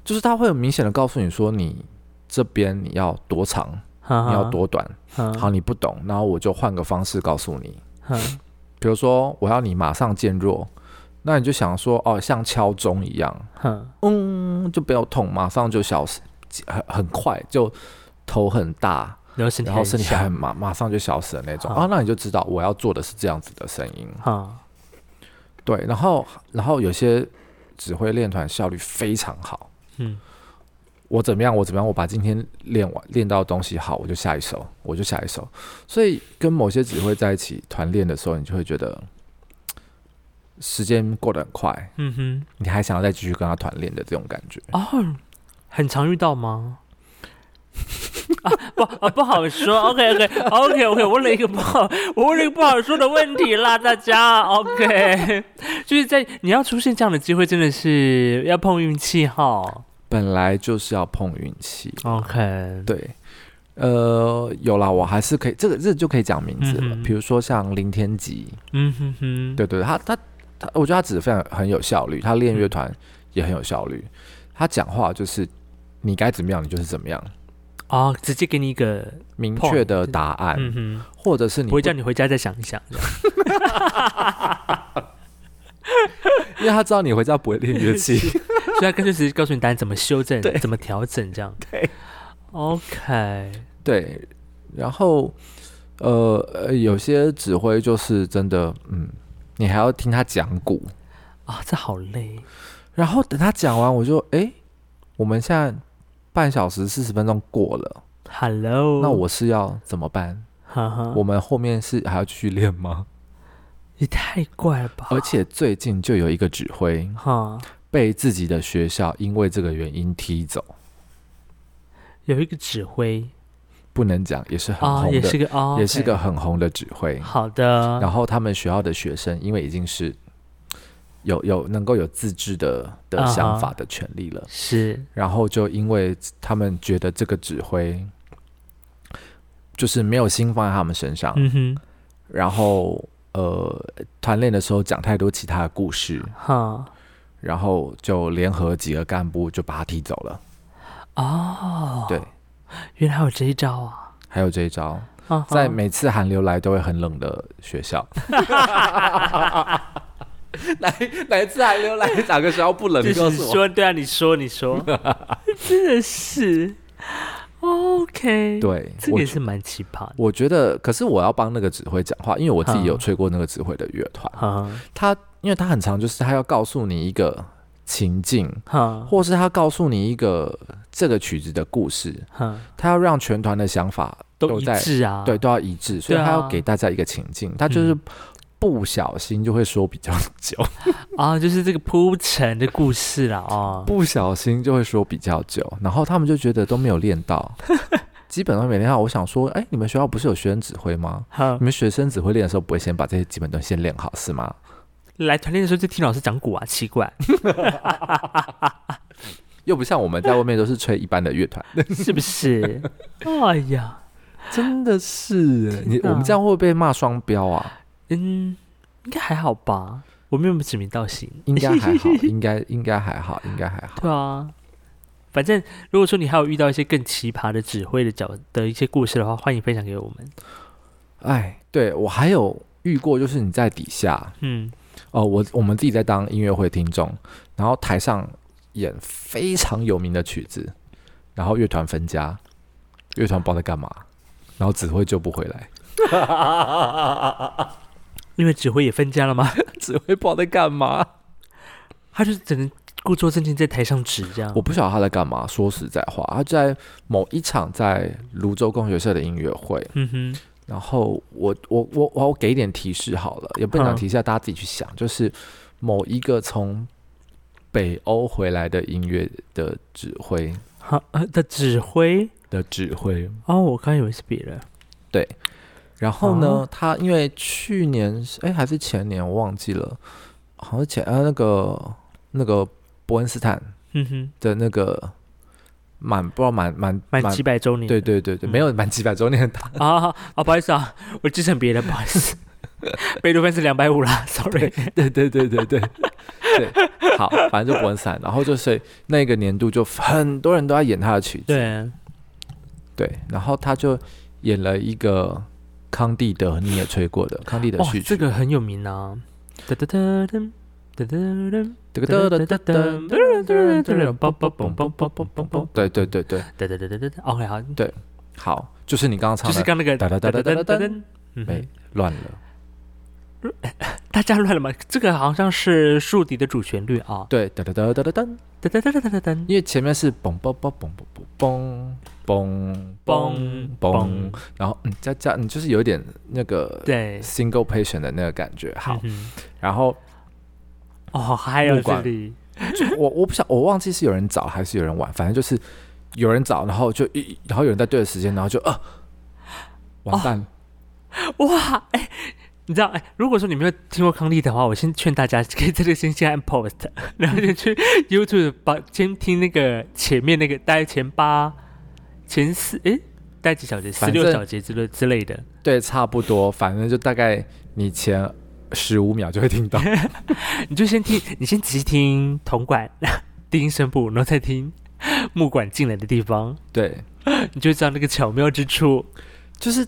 就是他会很明显的告诉你说，你这边你要多长，
嗯
你要多短。
嗯
好，你不懂，然后我就换个方式告诉你，
嗯
比如说我要你马上渐弱，那你就想说哦，像敲钟一样，
嗯
嗯，就不要痛，马上就消失，很很快就头很大，
然后身体
然后身体
小
很马马上就消失的那种
好
啊，那你就知道我要做的是这样子的声音。
嗯
对，然后然后有些指挥练团效率非常好，
嗯
我怎么样我怎么样，我把今天练完练到的东西好，我就下一首，我就下一首。所以跟某些指挥在一起团练的时候，你就会觉得时间过得很快，
嗯哼
你还想要再继续跟他团练的这种感觉。
哦，很常遇到吗？ 啊不啊不好说，OK OK OK OK，问了一个不好，我问了一个不好说的问题啦，大家 OK，就是 在你要出现这样的机会，真的是要碰运气哈。
本来就是要碰运气，
OK，
对。呃，有啦，我还是可以，这个这就可以讲名字了。
嗯哼
比如说像林天吉，
嗯哼哼，
对对，他他他，我觉得他指的非常很有效率，他练乐团也很有效率。他讲话就是你该怎么样，你就是怎么样，
哦，直接给你一个，
明确的答案，
嗯哼，
或者是你
不会叫你回家再想 一想。
因为他知道你回家不会练乐 器，
所以他干脆直接告诉你答案怎么修正
对，
怎么调整这样。
对
，OK，
对。然后呃呃，有些指挥就是真的，嗯，你还要听他讲鼓，
啊，这好累。
然后等他讲完，我就哎、诶我们现在半小时四十分钟过了，
Hello，
那，我是要怎么办？
哈哈，
我们后面是还要继续练吗？
嗯也太怪了吧？
而且最近就有一个指挥
哈，
被自己的学校因为这个原因踢走，
有一个指挥
不能讲，也是很
啊，
红
也
的，
是个啊，
也是
OK
个很红的指挥。
好的
然后他们学校的学生，因为已经是有有能够有自制的的
啊哈
想法的权利了，
是
然后就因为他们觉得这个指挥就是没有心放在他们身上，
嗯哼，
然后呃团练的时候讲太多其他的故事，
哈
然后就联合几个干部就把他踢走了。
哦，
对，
原来有这一招啊！
还有这一招，
啊哈
在每次寒流来都会很冷的 学校。哪哪一次寒流来，哪个学校不冷？
就
你告
是
诉我。
说，对啊，你说，你说， 真的是 OK，，
对，
这个
我
也是蛮奇葩的。
我觉得，可是我要帮那个指挥讲话，因为我自己
嗯
有吹过那个指挥的乐团。
哈
他因为他很长，就是他要告诉你一个情境，
哈
或是他告诉你一个这个曲子的故事，
哈，
他要让全团的想法
都一
在
致啊，
对，都要一致，所以
对啊
他要给大家一个情境，他就是
嗯
不小心就会说比较久，
啊，就是这个铺陈的故事啦，哦，
不小心就会说比较久，然后他们就觉得都没有练到，基本上每天好，我想说，哎、你们学校不是有学生指挥吗？
好
你，们学生指挥练的时候，不会先把这些基本东西先练好是吗？
来团练的时候就听老师讲鼓啊，奇怪，
又不像我们在外面都是吹一般的乐团，
是不是？ 哎呀，
真的是欸你
天哪
我们这样会不会被骂双标 啊？
嗯，应该还好吧？我没有指名道姓，
应该还好，应该应该还好，应该还好。
对啊。反正如果说你还有遇到一些更奇葩的指挥的角的一些故事的话，欢迎分享给我们。
哎，对我还有遇过，就是你在底下
嗯，
哦，我我们自己在当音乐会听众，然后台上演非常有名的曲子，然后乐团分家，乐团不知道在干嘛，然后指挥救不回来，
因为指挥也分家了吗？
指挥不知道在干嘛。
他就只能故作镇静在台上指这样
我。不晓得他在干嘛。说实在话，他就在某一场在泸州工学社的音乐会，
嗯哼，
然后我我我我我给一点提示好了，也不能讲
嗯
提示，大家自己去想，就是某一个从北欧回来的音乐的指挥
好、呃的指挥
的指挥。
哦，我刚以为是别人。
然后呢，
哦
他因为去年是哎、还是前年我忘记了，好像前呃那个那个伯恩斯坦
嗯哼，
的那个满不知道满满
满几百周年。
对对对对，
嗯
没有满几百周年的
啊啊啊！不好意思啊，我继承别人，不好意 思。贝多芬是两百五啦，sorry。
对 对对对对对，好，反正就不恩散，然后就是那个年度就很多人都在演他的曲子，
对，啊
对然后他就演了一个康帝德，你也吹过的康帝德
哇
序，曲，
这个很有名啊。哒哒哒噔，哒哒噔，
这
哒
个
哒
哒
哒
哒
哒
哒
哒
哒
噔，噔噔，嘣嘣嘣嘣嘣嘣嘣嘣，
对对对对，
哒哒哒哒哒哒。OK，好，
好，就是你刚刚唱
就是
的，
刚那个
哒哒哒哒哒哒
噔。嗯
没
哼，
乱了，
大家乱了吗？这个好像是竖笛的主旋律啊。
对，哒哒哒哒哒哒，
哒哒哒哒哒哒。
因为前面是嘣嘣嘣嘣嘣嘣嘣嘣
嘣
嘣
嘣，
然后嗯加加，嗯就是有一点那个
对，
single patient 的那个感觉，好，
嗯
然后。
哼哦，还有
木
这
管
里，
我我不想，我忘记是有人早还是有人晚，反正就是有人早，然后就一，然后有人在对的时间，然后就啊，完
哦
蛋，
哇，哎、你知道，哎、如果说你没有听过康利的话，我先劝大家可以在这个先先按 post，然后 就去 YouTube 把先听那个前面那个大概前八、前四，哎、大概几小节，十
反正
六小节之类之类的，
对，差不多，反正就大概你前十五秒就会 听到，
你就先听，你先仔细听铜管、 低音声部，然后再听 木管进来的地方，
对，
你就会知道那个巧妙之处。
就是，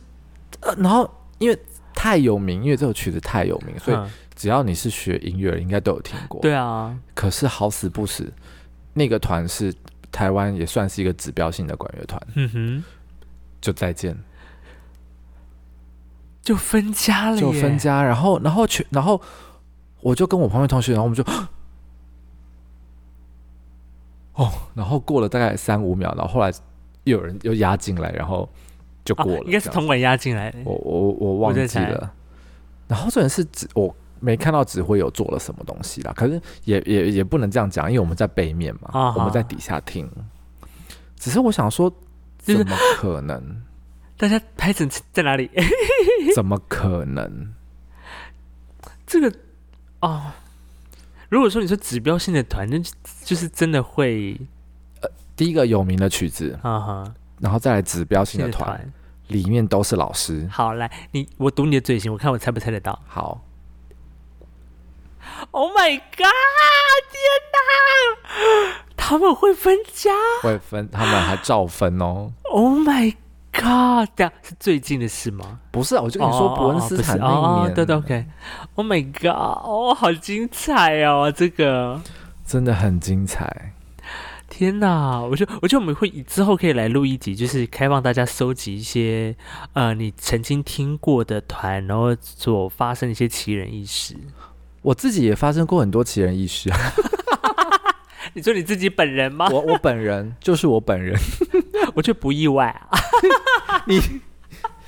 呃、然后因为太有名，因为这首曲子太有名，所以
嗯
只要你是学音乐的，应该都有听过。，
对啊，
可是好死不死，那个团是台湾也算是一个指标性的管乐团，
嗯哼，
就再见。
就分家了耶，
就分家，然后然后去，然后我就跟我旁边同学，然后我们就， 哦，然后过了大概三五秒，然后后来又有人又压进来，然后就
啊
过了，，
应该是
这样
铜管压进来的。
我我我忘
在
记
猜
了。然后这人是指我没看到指挥有做了什么东西啦，可是也也也不能这样讲，因为我们在背面嘛，
啊哈
我们在底下听。只是我想说，
就是
怎么可 能？
大家拍子在哪里？
怎么可能？
这个哦，如果说你说指标性的团，那就就是真的会
第一个有名的曲子，
啊哈，
然后再来指标性
性
的
的
团，
团。
里面都是老师。
好，来，你我读你的嘴型，我看我猜不猜得到。
好，
Oh my god！天哪，他们会分家
会分，他们还照分哦。
！Oh my god！这样是最近的事吗？
不是啊，我就跟你说，
哦
伯恩斯坦那
哦哦不
一
是哦
年，
哦对对，OK，Oh my god！哦，好精彩哦，这个
真的很精彩。
天哪！我觉得，我觉得我们会之后可以来录一集，就是开放大家搜集一些呃你曾经听过的团，然后所发生的一些奇人异事。
我自己也发生过很多 奇人异事啊，
你说你自己本人 吗？
我我本人就是我本人，
我觉得不意外啊，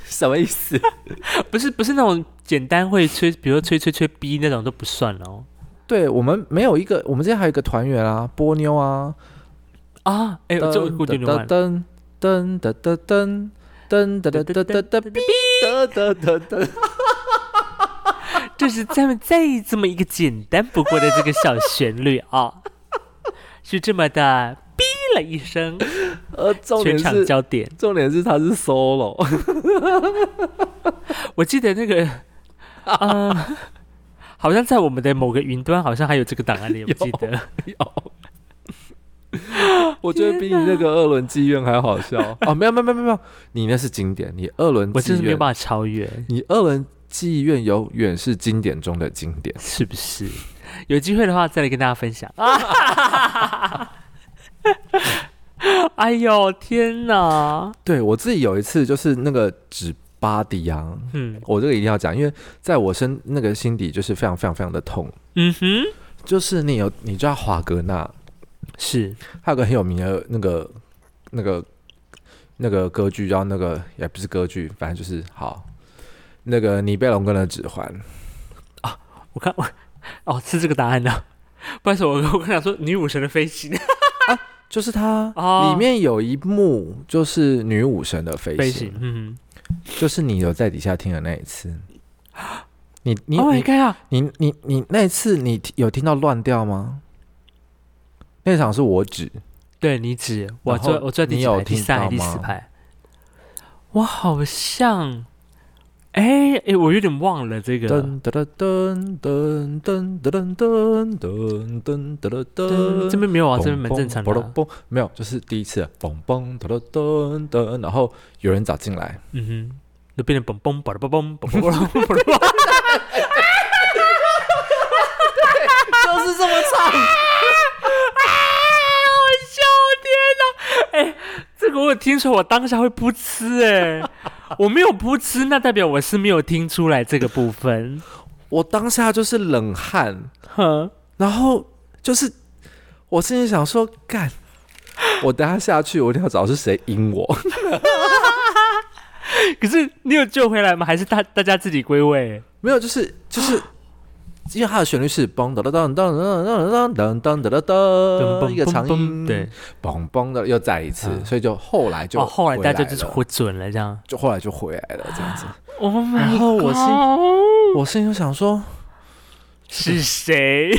什么意思？
不是不是那种简单会吹，比如说吹吹吹逼那种都不算哦。
对我们没有一个，我们之前还有一个团员啊，波妞啊，
啊，哎、这我
噔
我有点忘了。
噔噔噔噔噔噔噔噔噔噔噔噔哔噔噔噔 噔，
就是咱们再这么一个简单不过的这个小旋律啊、 是这么的，哔了一声，
呃，重
全
点
场
是
焦点。
重点是它是 solo，
我记得那 个，呃，好像在我们的某个云端，好像还有这个档案里，我记得。
我觉得比你那个二轮妓院还好笑 哦，没有没有没有没有，你那是经典，你二轮
我真是
妓
没有
院，
办法超越，
你二轮妓院永远是经典中的经典。
是不是？有机会的话再来跟大家分享。啊哎呦天哪！
对我自己有一次就是那个纸巴迪啊，
嗯
我这个一定要讲，因为在我身那个心底就是非常非常非常的痛。
嗯哼，
就是你有你知道华格纳，
是
他有个很有名的那个那个那个歌剧叫那个也不是歌剧，反正就是好那个尼贝龙根的指环，
我看我哦是这个答案呢、不好意思，我我刚想说女武神的飞行，
就是它
哦
里面有一幕就是女武神的飞
飞
行
行，，嗯
就是你有在底下听的那一次。你
哼。
你
Oh my
你
god！
你你你那一次你有听到乱调吗？那场是我指，
对你指我
然
坐
后
我坐第
你
几
有
排？第
听
三还
到
是第四
吗
排？我好像，哎、哎、我有点忘了这个。
噔噔噔噔噔噔噔噔噔噔噔噔
嗯
噔，
这边没有啊，这边蛮正常的
嘣
啊、
嘣，没有，就是第一次，嘣嘣噔噔噔噔，然后有人找进来，
嗯哼，就变成嘣嘣嘣嘣嘣嘣嘣嘣嘣 嘣。
就是这么唱。
哎我笑天哪！哎、这个我有听出来，我当下会噗嗤哎、我没有噗嗤，那代表我是没有听出来这个部分。
我当下就是冷汗，
哼，
然后就是我心里想说， 干，我等下下去，我一定要找是谁阴我。
可是你有救回来吗？还是大大家自己归位？
没有，就是就是。因为它的旋律是嘣噔噔噔噔噔噔噔噔噔噔，一个长音，
对，，
嘣嘣的又再一次，
嗯
所以就后来就
哦，后来大家
回
就是
了
回准了这样。
就后来就回来了这样子。
Oh my
然后我心
God
我心里就想说，
是谁？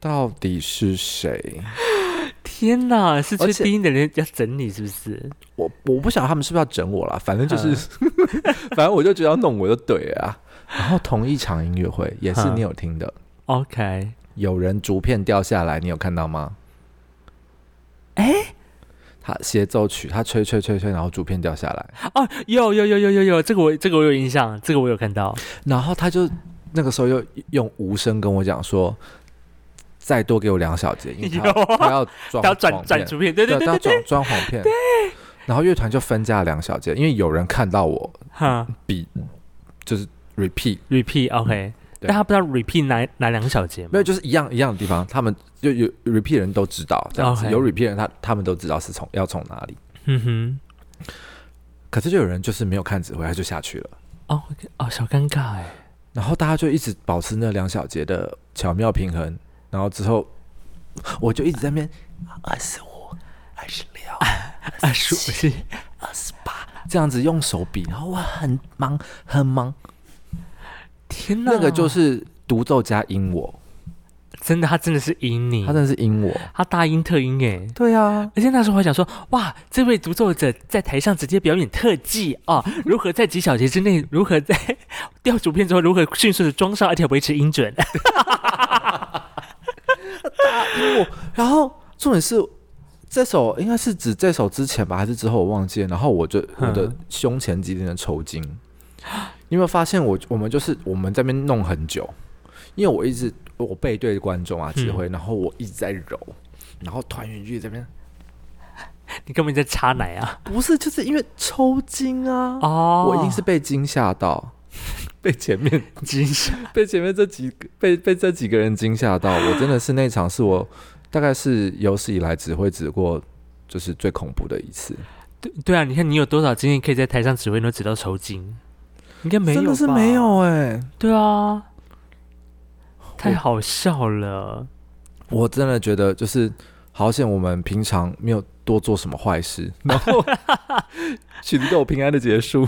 到底是谁？
天哪，是
而
最
且
低音的人要整你是不是？
我我不晓得他们是不是要整我啦，反正就是，
嗯
反正我就觉得要弄我就对了啊。然后同一场音乐会也是
嗯
你有听的，
OK，
有人竹片掉下来，你有看到吗？哎、他协奏曲，他吹吹吹吹，然后竹片掉下来，
哦，有有有有有有，这个我这个我有印象，这个我有看到。
然后他就那个时候又用无声跟我讲说，再多给我两小节，因 为他要
有
他
要
要装黄
转
片
转主片，对对
对啊
对
他
对
要
对，
装装黄片，对。然后乐团就分价两小节，因为有人看到我
哈
比就是 repeat，
，repeat OK，
对
但他不知道 repeat 哪哪两小节吗？
没有就是一样一样的地方，他们就有 repeat 人都知道，这样子
OK
有 repeat 人他他们都知道是从要从哪里，
嗯
可是就有人就是没有看指挥，他就下去了。
哼，哦哦，小尴尬 哎，
然后大家就一直保持那两小节的巧妙平衡，然后之后我就一直在那边二十五、二十六
啊，是不是？
这样子用手比，然后我很忙很忙，
天哪，
那个就是独奏加音我，
真的，他真的是赢你，
他真的是音我。
他大音特音哎。
嗯对啊，
而且那时候还想说，哇，这位独奏者在台上直接表演特技啊、哦，如何在几小节之内，如何在 调主片之后，如何迅速的装上，而且维持音准。
然后重点是这首应该是指这首之前吧，还是之后我忘记了。然后我就我
嗯
的胸前几天的抽筋， 你有没有发现我我们就是我们在那边弄很久，因为我一直我背对观众啊指
嗯
挥，然后我一直在揉，然后团员剧这边
你根本在插奶啊！
不是就是因为抽筋啊，
哦，
我一定是被惊吓到， 被前面
惊吓。
被前面这几个被被这几个人惊吓到，我真的是那场是我大概是有史以来只会指过就是最恐怖的一次，
对对啊，你看你有多少经验可以在台上指挥能指到抽筋？应该没有，
真的是没。有哎、
对啊，太好笑了。
我真的觉得就是好险，我们平常没有多做什么坏事，然 后其实都有平安的结束。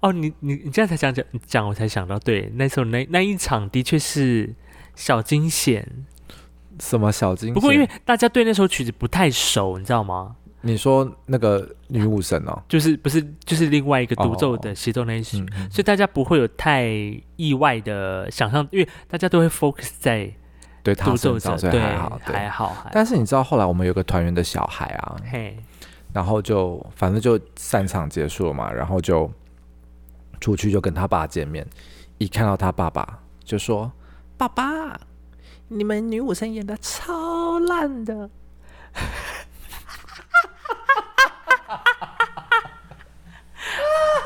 哦，你你你这样才想讲讲，我才想到，对，那时候那那一场的确是小惊险。
什么小惊喜？
不过因为大家对那首曲子不太熟，你知道吗？
你说那个女武神哦，
就是不是就是另外一个独奏
哦
的协奏那一首，
嗯，嗯
所以大家不会有太意外的想象，因为大家都会 focus 在
对她
独奏
身
者
上，，所以
对，
还好，对
还。好，还
但是你知道后来我们有个团员的小孩啊，
嘿，
然后就反正就散场结束了嘛，然后就出去就跟他爸见面，一看到他爸爸就说：“爸爸，你们女武神演的超烂的。”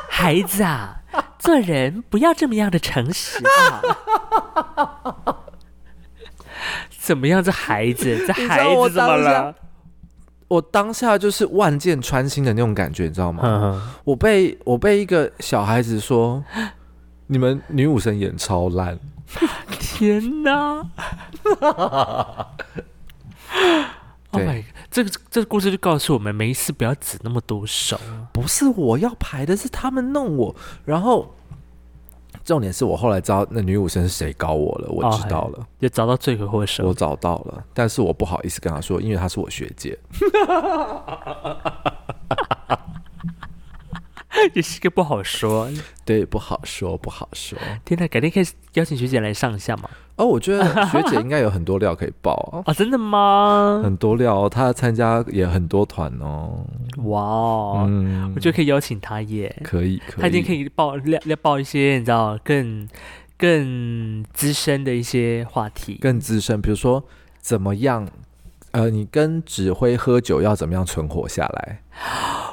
孩子啊，做人不要这么样的诚实 啊！怎么样，这孩子，这
你知道
孩
我
子怎么
当下
了？
我当下就是万箭穿心的那种感觉，你知道吗？
嗯，
我被我被一个小孩子说， 你们女武神演超烂，
天哪！Oh
对
my，God，这个这个故事就告诉我们，没事不要指那么多手。
不是我要排的，是他们弄我。然后重点是我后来知道那女武神是谁搞我了，我
哦
知道了。
就找到罪魁祸首
我。找到了，但是我不好意思跟他说，因为他是我学 姐。
也是个不好说。
对，不好说，不好说。
天哪，改天可以邀请学姐来上一下嘛？，
哦，我觉得学姐应该有很多料可以爆 啊
哦，真的吗？
很多料哦、她参加也很多团哦。
哇哦，
嗯
我觉得可以邀请她耶。
可以，可以。
她一定可以报料料报一些你知道更更资深的一些话题。
更资深，比如说怎么样，呃，你跟指挥喝酒要怎么样存活下来？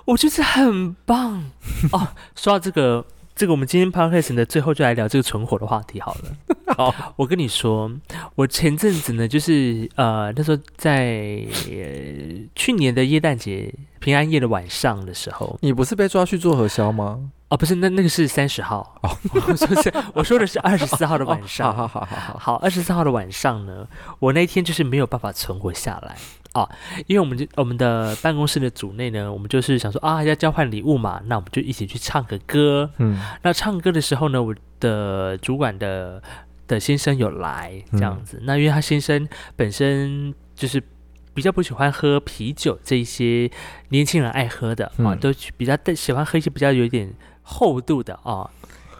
我觉得这很 棒哦。说到这个，这个我们今天 podcast 的最后就来聊这个存活的话题好 了。好，我跟你说，我前阵子呢，就是呃那时候在、呃去年的耶诞节平安夜的晚上的时候，
你不是被抓去做核销吗？
哦，不是，那那个是三十号。哦，我说是，我说的是二十四号的晚 上。
哦好好好好好，
好，二十四号的晚上呢，我那天就是没有办法存活下来啊，因为我们就我们的办公室的组内呢，我们就是想说啊，要交换礼物嘛，那我们就一起去唱个歌。
嗯，
那唱歌的时候呢，我的主管的的先生有来
嗯
这样子，那因为他先生本身就是。比较不喜欢喝啤酒这一些年轻人爱喝的、啊，
嗯
都比较喜欢喝一些比较有一点厚度的啊，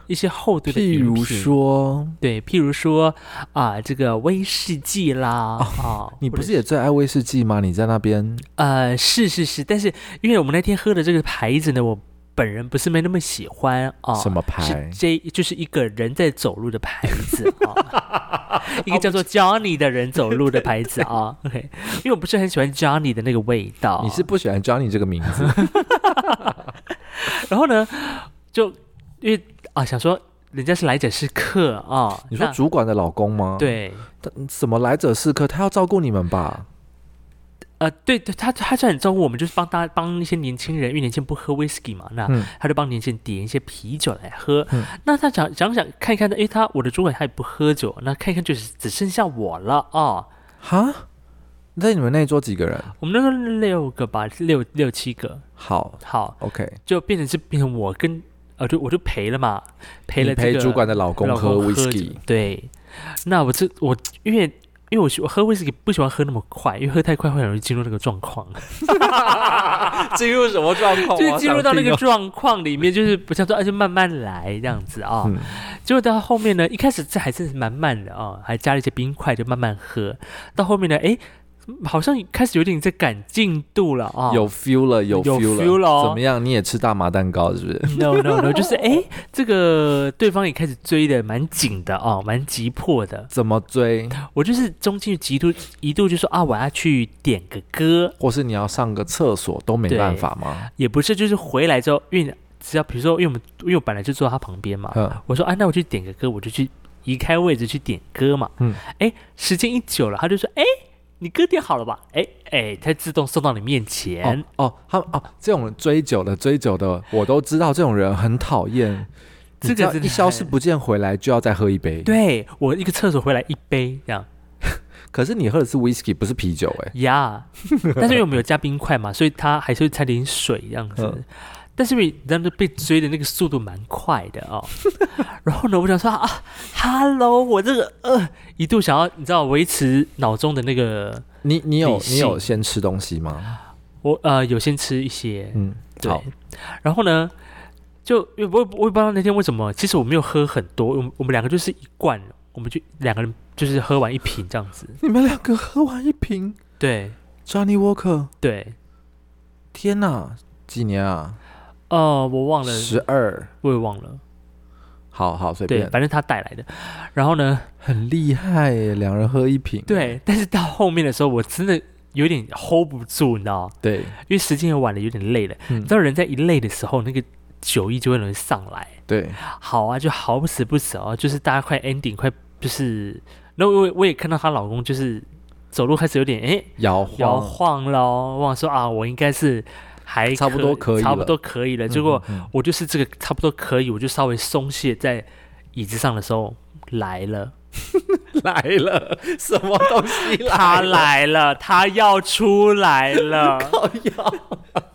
一些厚度的饮
譬如
品
说，
对，譬如说啊，这个威士忌啦，啊，
哦你不
或者
是也最爱威士忌吗？你在那边
呃，是是是，但是因为我们那天喝的这个牌子呢，我本人不是没那么喜欢啊。
什么
是
牌？
J，就是一个人在走路的牌子啊， 一个叫
哦
做 Johnny 的人走路的牌子啊。OK，因为我不是很喜欢 Johnny 的那个味道。
你是不喜欢 Johnny 这个名 字？
然后呢，就因为啊，想说人家是来者是客啊。
你说
那
主管的老公吗？，
对，
什么来者是客，他要照顾你们吧？
呃，对对，他他就很照顾我们，就是帮大帮一些年轻人，因为年轻人不喝 whisky 嘛，那
嗯
他就帮年轻人点一些啤酒来喝。
嗯
那他想想想看一看，诶，他我的主管他也不喝酒，那看一看就是只剩下我了哦。
哈？在你们那一桌几个人？
我们那时候六个吧，六六七个，
好
好，
，OK，
就变成是变成我跟呃，就我就赔了嘛，赔了、
你
这个、
陪主管的老公
老
喝
公
whisky，
对，那我这我因为因为我喜我喝 whisky 不喜欢喝那么快，因为喝太快会很容易进入那个状况。
啊进入什么状 况
就是进入到那
啊哦
个状况里面，就是不像说，而且慢慢来这样子啊、
嗯
结果到后面呢，一开始这还真是蛮慢的啊、还加了一些冰块，就慢慢喝。到后面呢，哎，好像开始有点在赶进度了啊、
有 feel 了，有
有
feel 了，
feel 了哦
怎么样？你也吃大麻蛋糕是不 是？
No no no，就是哎，诶这个对方也开始追的蛮紧的啊、蛮急迫的。
怎么追？
我就是中间极度一度就说啊，我要去点个歌，
或是你要上个厕所都没办法吗？
也不是，就是回来之后，因为只要比如说，因为我们因为我本来就坐他旁边嘛，
嗯，
我说啊，那我去点个歌，我就去移开位置去点歌嘛。
嗯
嗯，哎，时间一久了，他就说，哎，你歌点好了吧？哎哎，它自动送到你面前。
哦哦，他们哦，这种追酒的追酒的，我都知道，这种人很讨厌。
这个
你知道
真的
一消失
很
不见回来就要再喝一杯，
对我一个厕所回来一杯这样，
可是你喝的是 whisky，不是啤酒哎、
呀但是因为我们有加冰块嘛，所以它还是会掺点水这样子。
嗯
但是因为你知道被追的那个速度蛮快的哦， 然后呢，我想说啊，Hello，我这个呃，一度想要你知道维持脑中的那个，
你你有
理性
你有先吃东西吗？
我呃有先吃一些，
嗯，
对
好，
然后呢，就我也不我也不知道那天为什么，其实我没有喝很多，我们我们两个就是一罐，我们就两个人就是喝完一瓶这样子，
你们两个喝完一瓶
对
Johnny Walker，
对，
天哪，几年啊？
哦、我忘了，
十二，
我也忘了，
好好随
对，
便，
反正他带来的，然后呢。
很厉害耶，两人喝一瓶，
对，但是到后面的时候，我真的有点 hold 不住，你知道吗
对，
因为时间也晚了，有点累了。
嗯
你知道人在一累的时候，那个酒意就会容易上来。
对，
好啊，就好不死不死哦，就是大家快 ending，快就是，然后我也我也看到她老公就是走路开始有点哎
摇晃，
摇晃喽，我想说啊，我应该是还
差不多可以
差不
了
多可以了。
嗯，
结果
嗯嗯
我就是这个差不多可以，我就稍微松懈在椅子上的时候来了。
来了，什么东西
他
来了？
来了，他要出来了，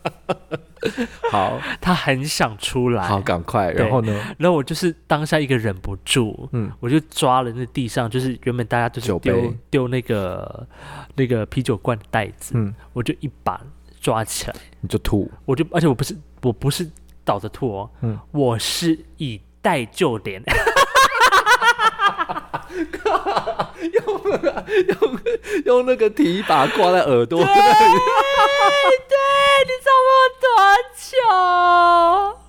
好
他很想出来。
好，赶快，然后呢？
然后我就是当下一个忍不住，
嗯，
我就抓了那地上，就是原本大家都是
酒
丢
杯
丢那个那个啤酒罐的袋子，
嗯，
我就一把抓起来，
你就吐，
我就而且我不是我不是倒着吐哦，
嗯哎
我是以袋就连，
用那个提把挂在耳朵
你知道我多久？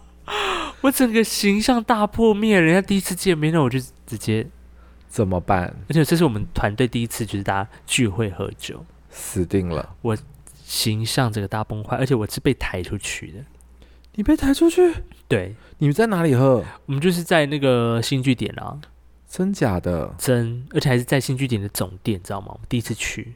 我整个形象大破灭，人家第一次见面，那我就直接
怎么办？
而且这是我们团队第一次，就是大家聚会喝酒，
死定了！
形象这个大崩坏，而且我是被抬出去的。
你被抬出去？
对，
你们在哪里喝？
我们就是在那个新据点啊，
真假的？
真，而且还是在新据点的总店，知道吗？我们第一次去，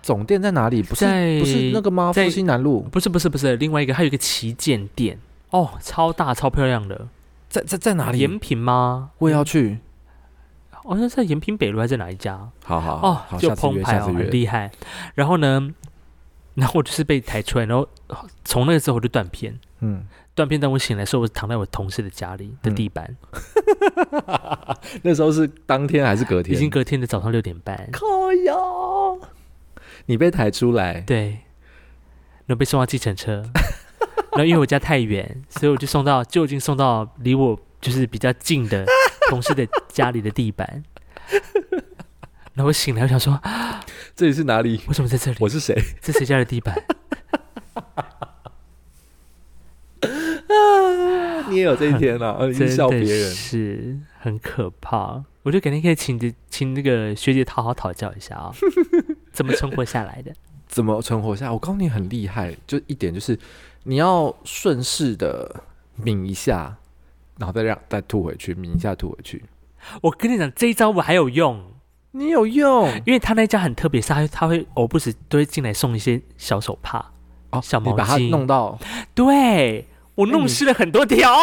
总店在哪里？不是
在
不是那个吗？
在
复兴南路，
不是不是不是，另外一个还有一个旗舰店哦，超大超漂亮的，
在在在哪
延
里？
平吗？
我也要去。
哦，那在延平北路还是哪一家？
好好
哦
好，，
就
下次
澎
约，
湃哦，
下次
很
约。
厉害。然后呢，然后我就是被抬出来，然后从那个时候我就断片。
嗯，
断片，当我醒来的时候，我躺在我同事的家里的地板，
那时候是当天还是隔天？
已经隔天的早上六点半。
靠腰。你被抬出来，
对，然后被送到计程车，然后因为我家太远，所以我就送到就近送到离我就是比较近的同事的家里的地板。然后我醒来，我想说，啊
这里是哪里？
为什么在这里？
我是谁？
这谁家的地板？
你也有这一天 啊！呃你
真
笑别
的
人，
是很可怕。我就改天可以请这请那个学姐好好讨教一下啊、怎么存活下来的？
怎么存活下来？我告诉你很厉害，就一点就是你要顺势的抿一下，然后再让再吐回去，抿一下吐回去。
我跟你讲，这一招我还有用。
你有用
因为他那一家很特别，是他他会偶不时都会进来送一些小手帕，
哦，
小毛
你把它
巾
弄到，
对我
那
弄
你
湿了很多条，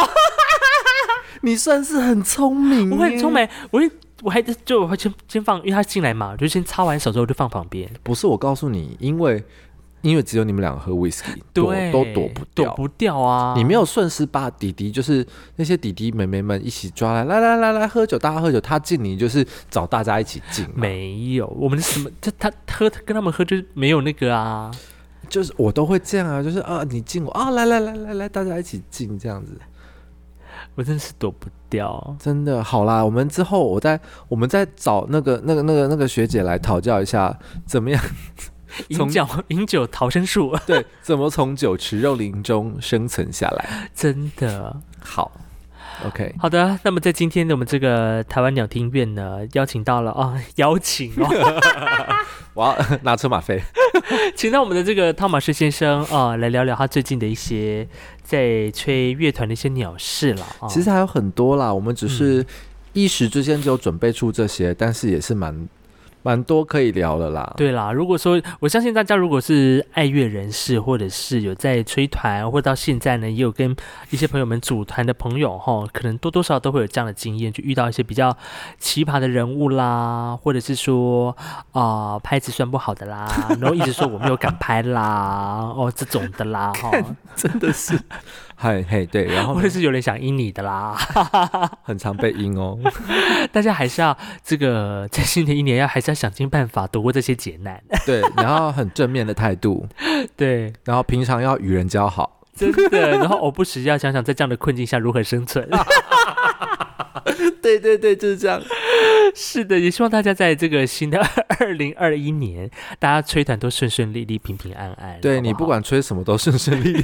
你算是很聪明
我很聪，明，我会我还就我会先先放，因为他进来嘛，我就先擦完手之后我就放旁边，
不是我告诉你，因为因为只有你们两个喝 whisky，躲
对，
都躲不
躲
掉。
不掉啊！
你没有顺势把弟弟，就是那些弟弟妹妹们一起抓来，来来来来喝酒，大家喝酒。他敬你就是找大家一起敬嘛，
没有，我们什么就他喝跟他们喝就是没有那个啊，
就是我都会这样啊，就是啊，你敬我啊，来来来来来，大家一起敬这样子。
我真的是躲不掉。
真的好啦，我们之后我再我们再找那个那个那个那个学姐来讨教一下，怎么样
饮
从
酒饮酒逃生 术，
对怎么从酒池肉林中生存下来？
真的。
好，OK，
好的，那么在今天的我们这个台湾鸟听院呢，邀请到了啊、邀请哦，
我要拿车马费。
请到我们的这个汤马士先生啊、来聊聊他最近的一些在吹乐团的一些鸟事了啊。
其实还有嗯很多啦，我们只是一时之间只有准备出这些，但是也是蛮蛮多可以聊的啦。
对啦，如果说我相信大家，如果是爱乐人士，或者是有在吹团，或到现在呢，也有跟一些朋友们组团的朋友哈，可能多多少少都会有这样的经验，就遇到一些比较奇葩的人物啦，或者是说啊、拍子算不好的 啦，然后一直说我没有敢拍啦，哦这种的啦哈，
真的 是，嘿嘿，对，然后
或者是有人想阴你的啦，
很常被阴哦。
大家还是要这个在新的一年要还是要想尽办法躲过这些劫 难，
对，然后很正面的态度，
对。
然后平常要与人交好。
真的，然后偶不时要想想在这样的困境下如何生 存。
对对对，就是这样。
是的，也希望大家在这个 新的二零二一年，大家吹团都顺顺利利、平平安安。
对
好
你
不
不
好
管吹什么都顺 顺利 利。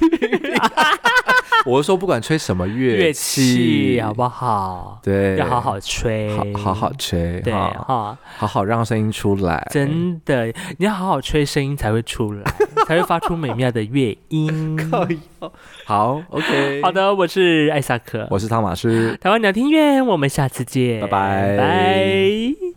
我是说，不管吹什么乐
乐器
器，
好不好？
对，
要好好哎吹，
好好好吹，
对
哈
哈，
好好让声音出来。
真的，你要好好吹，声音才会出 来，才会发出美妙的乐音。
好，OK，
好，的，我是艾萨克，
我是汤马斯。
台湾聊天院，我们下次见，
拜拜
拜。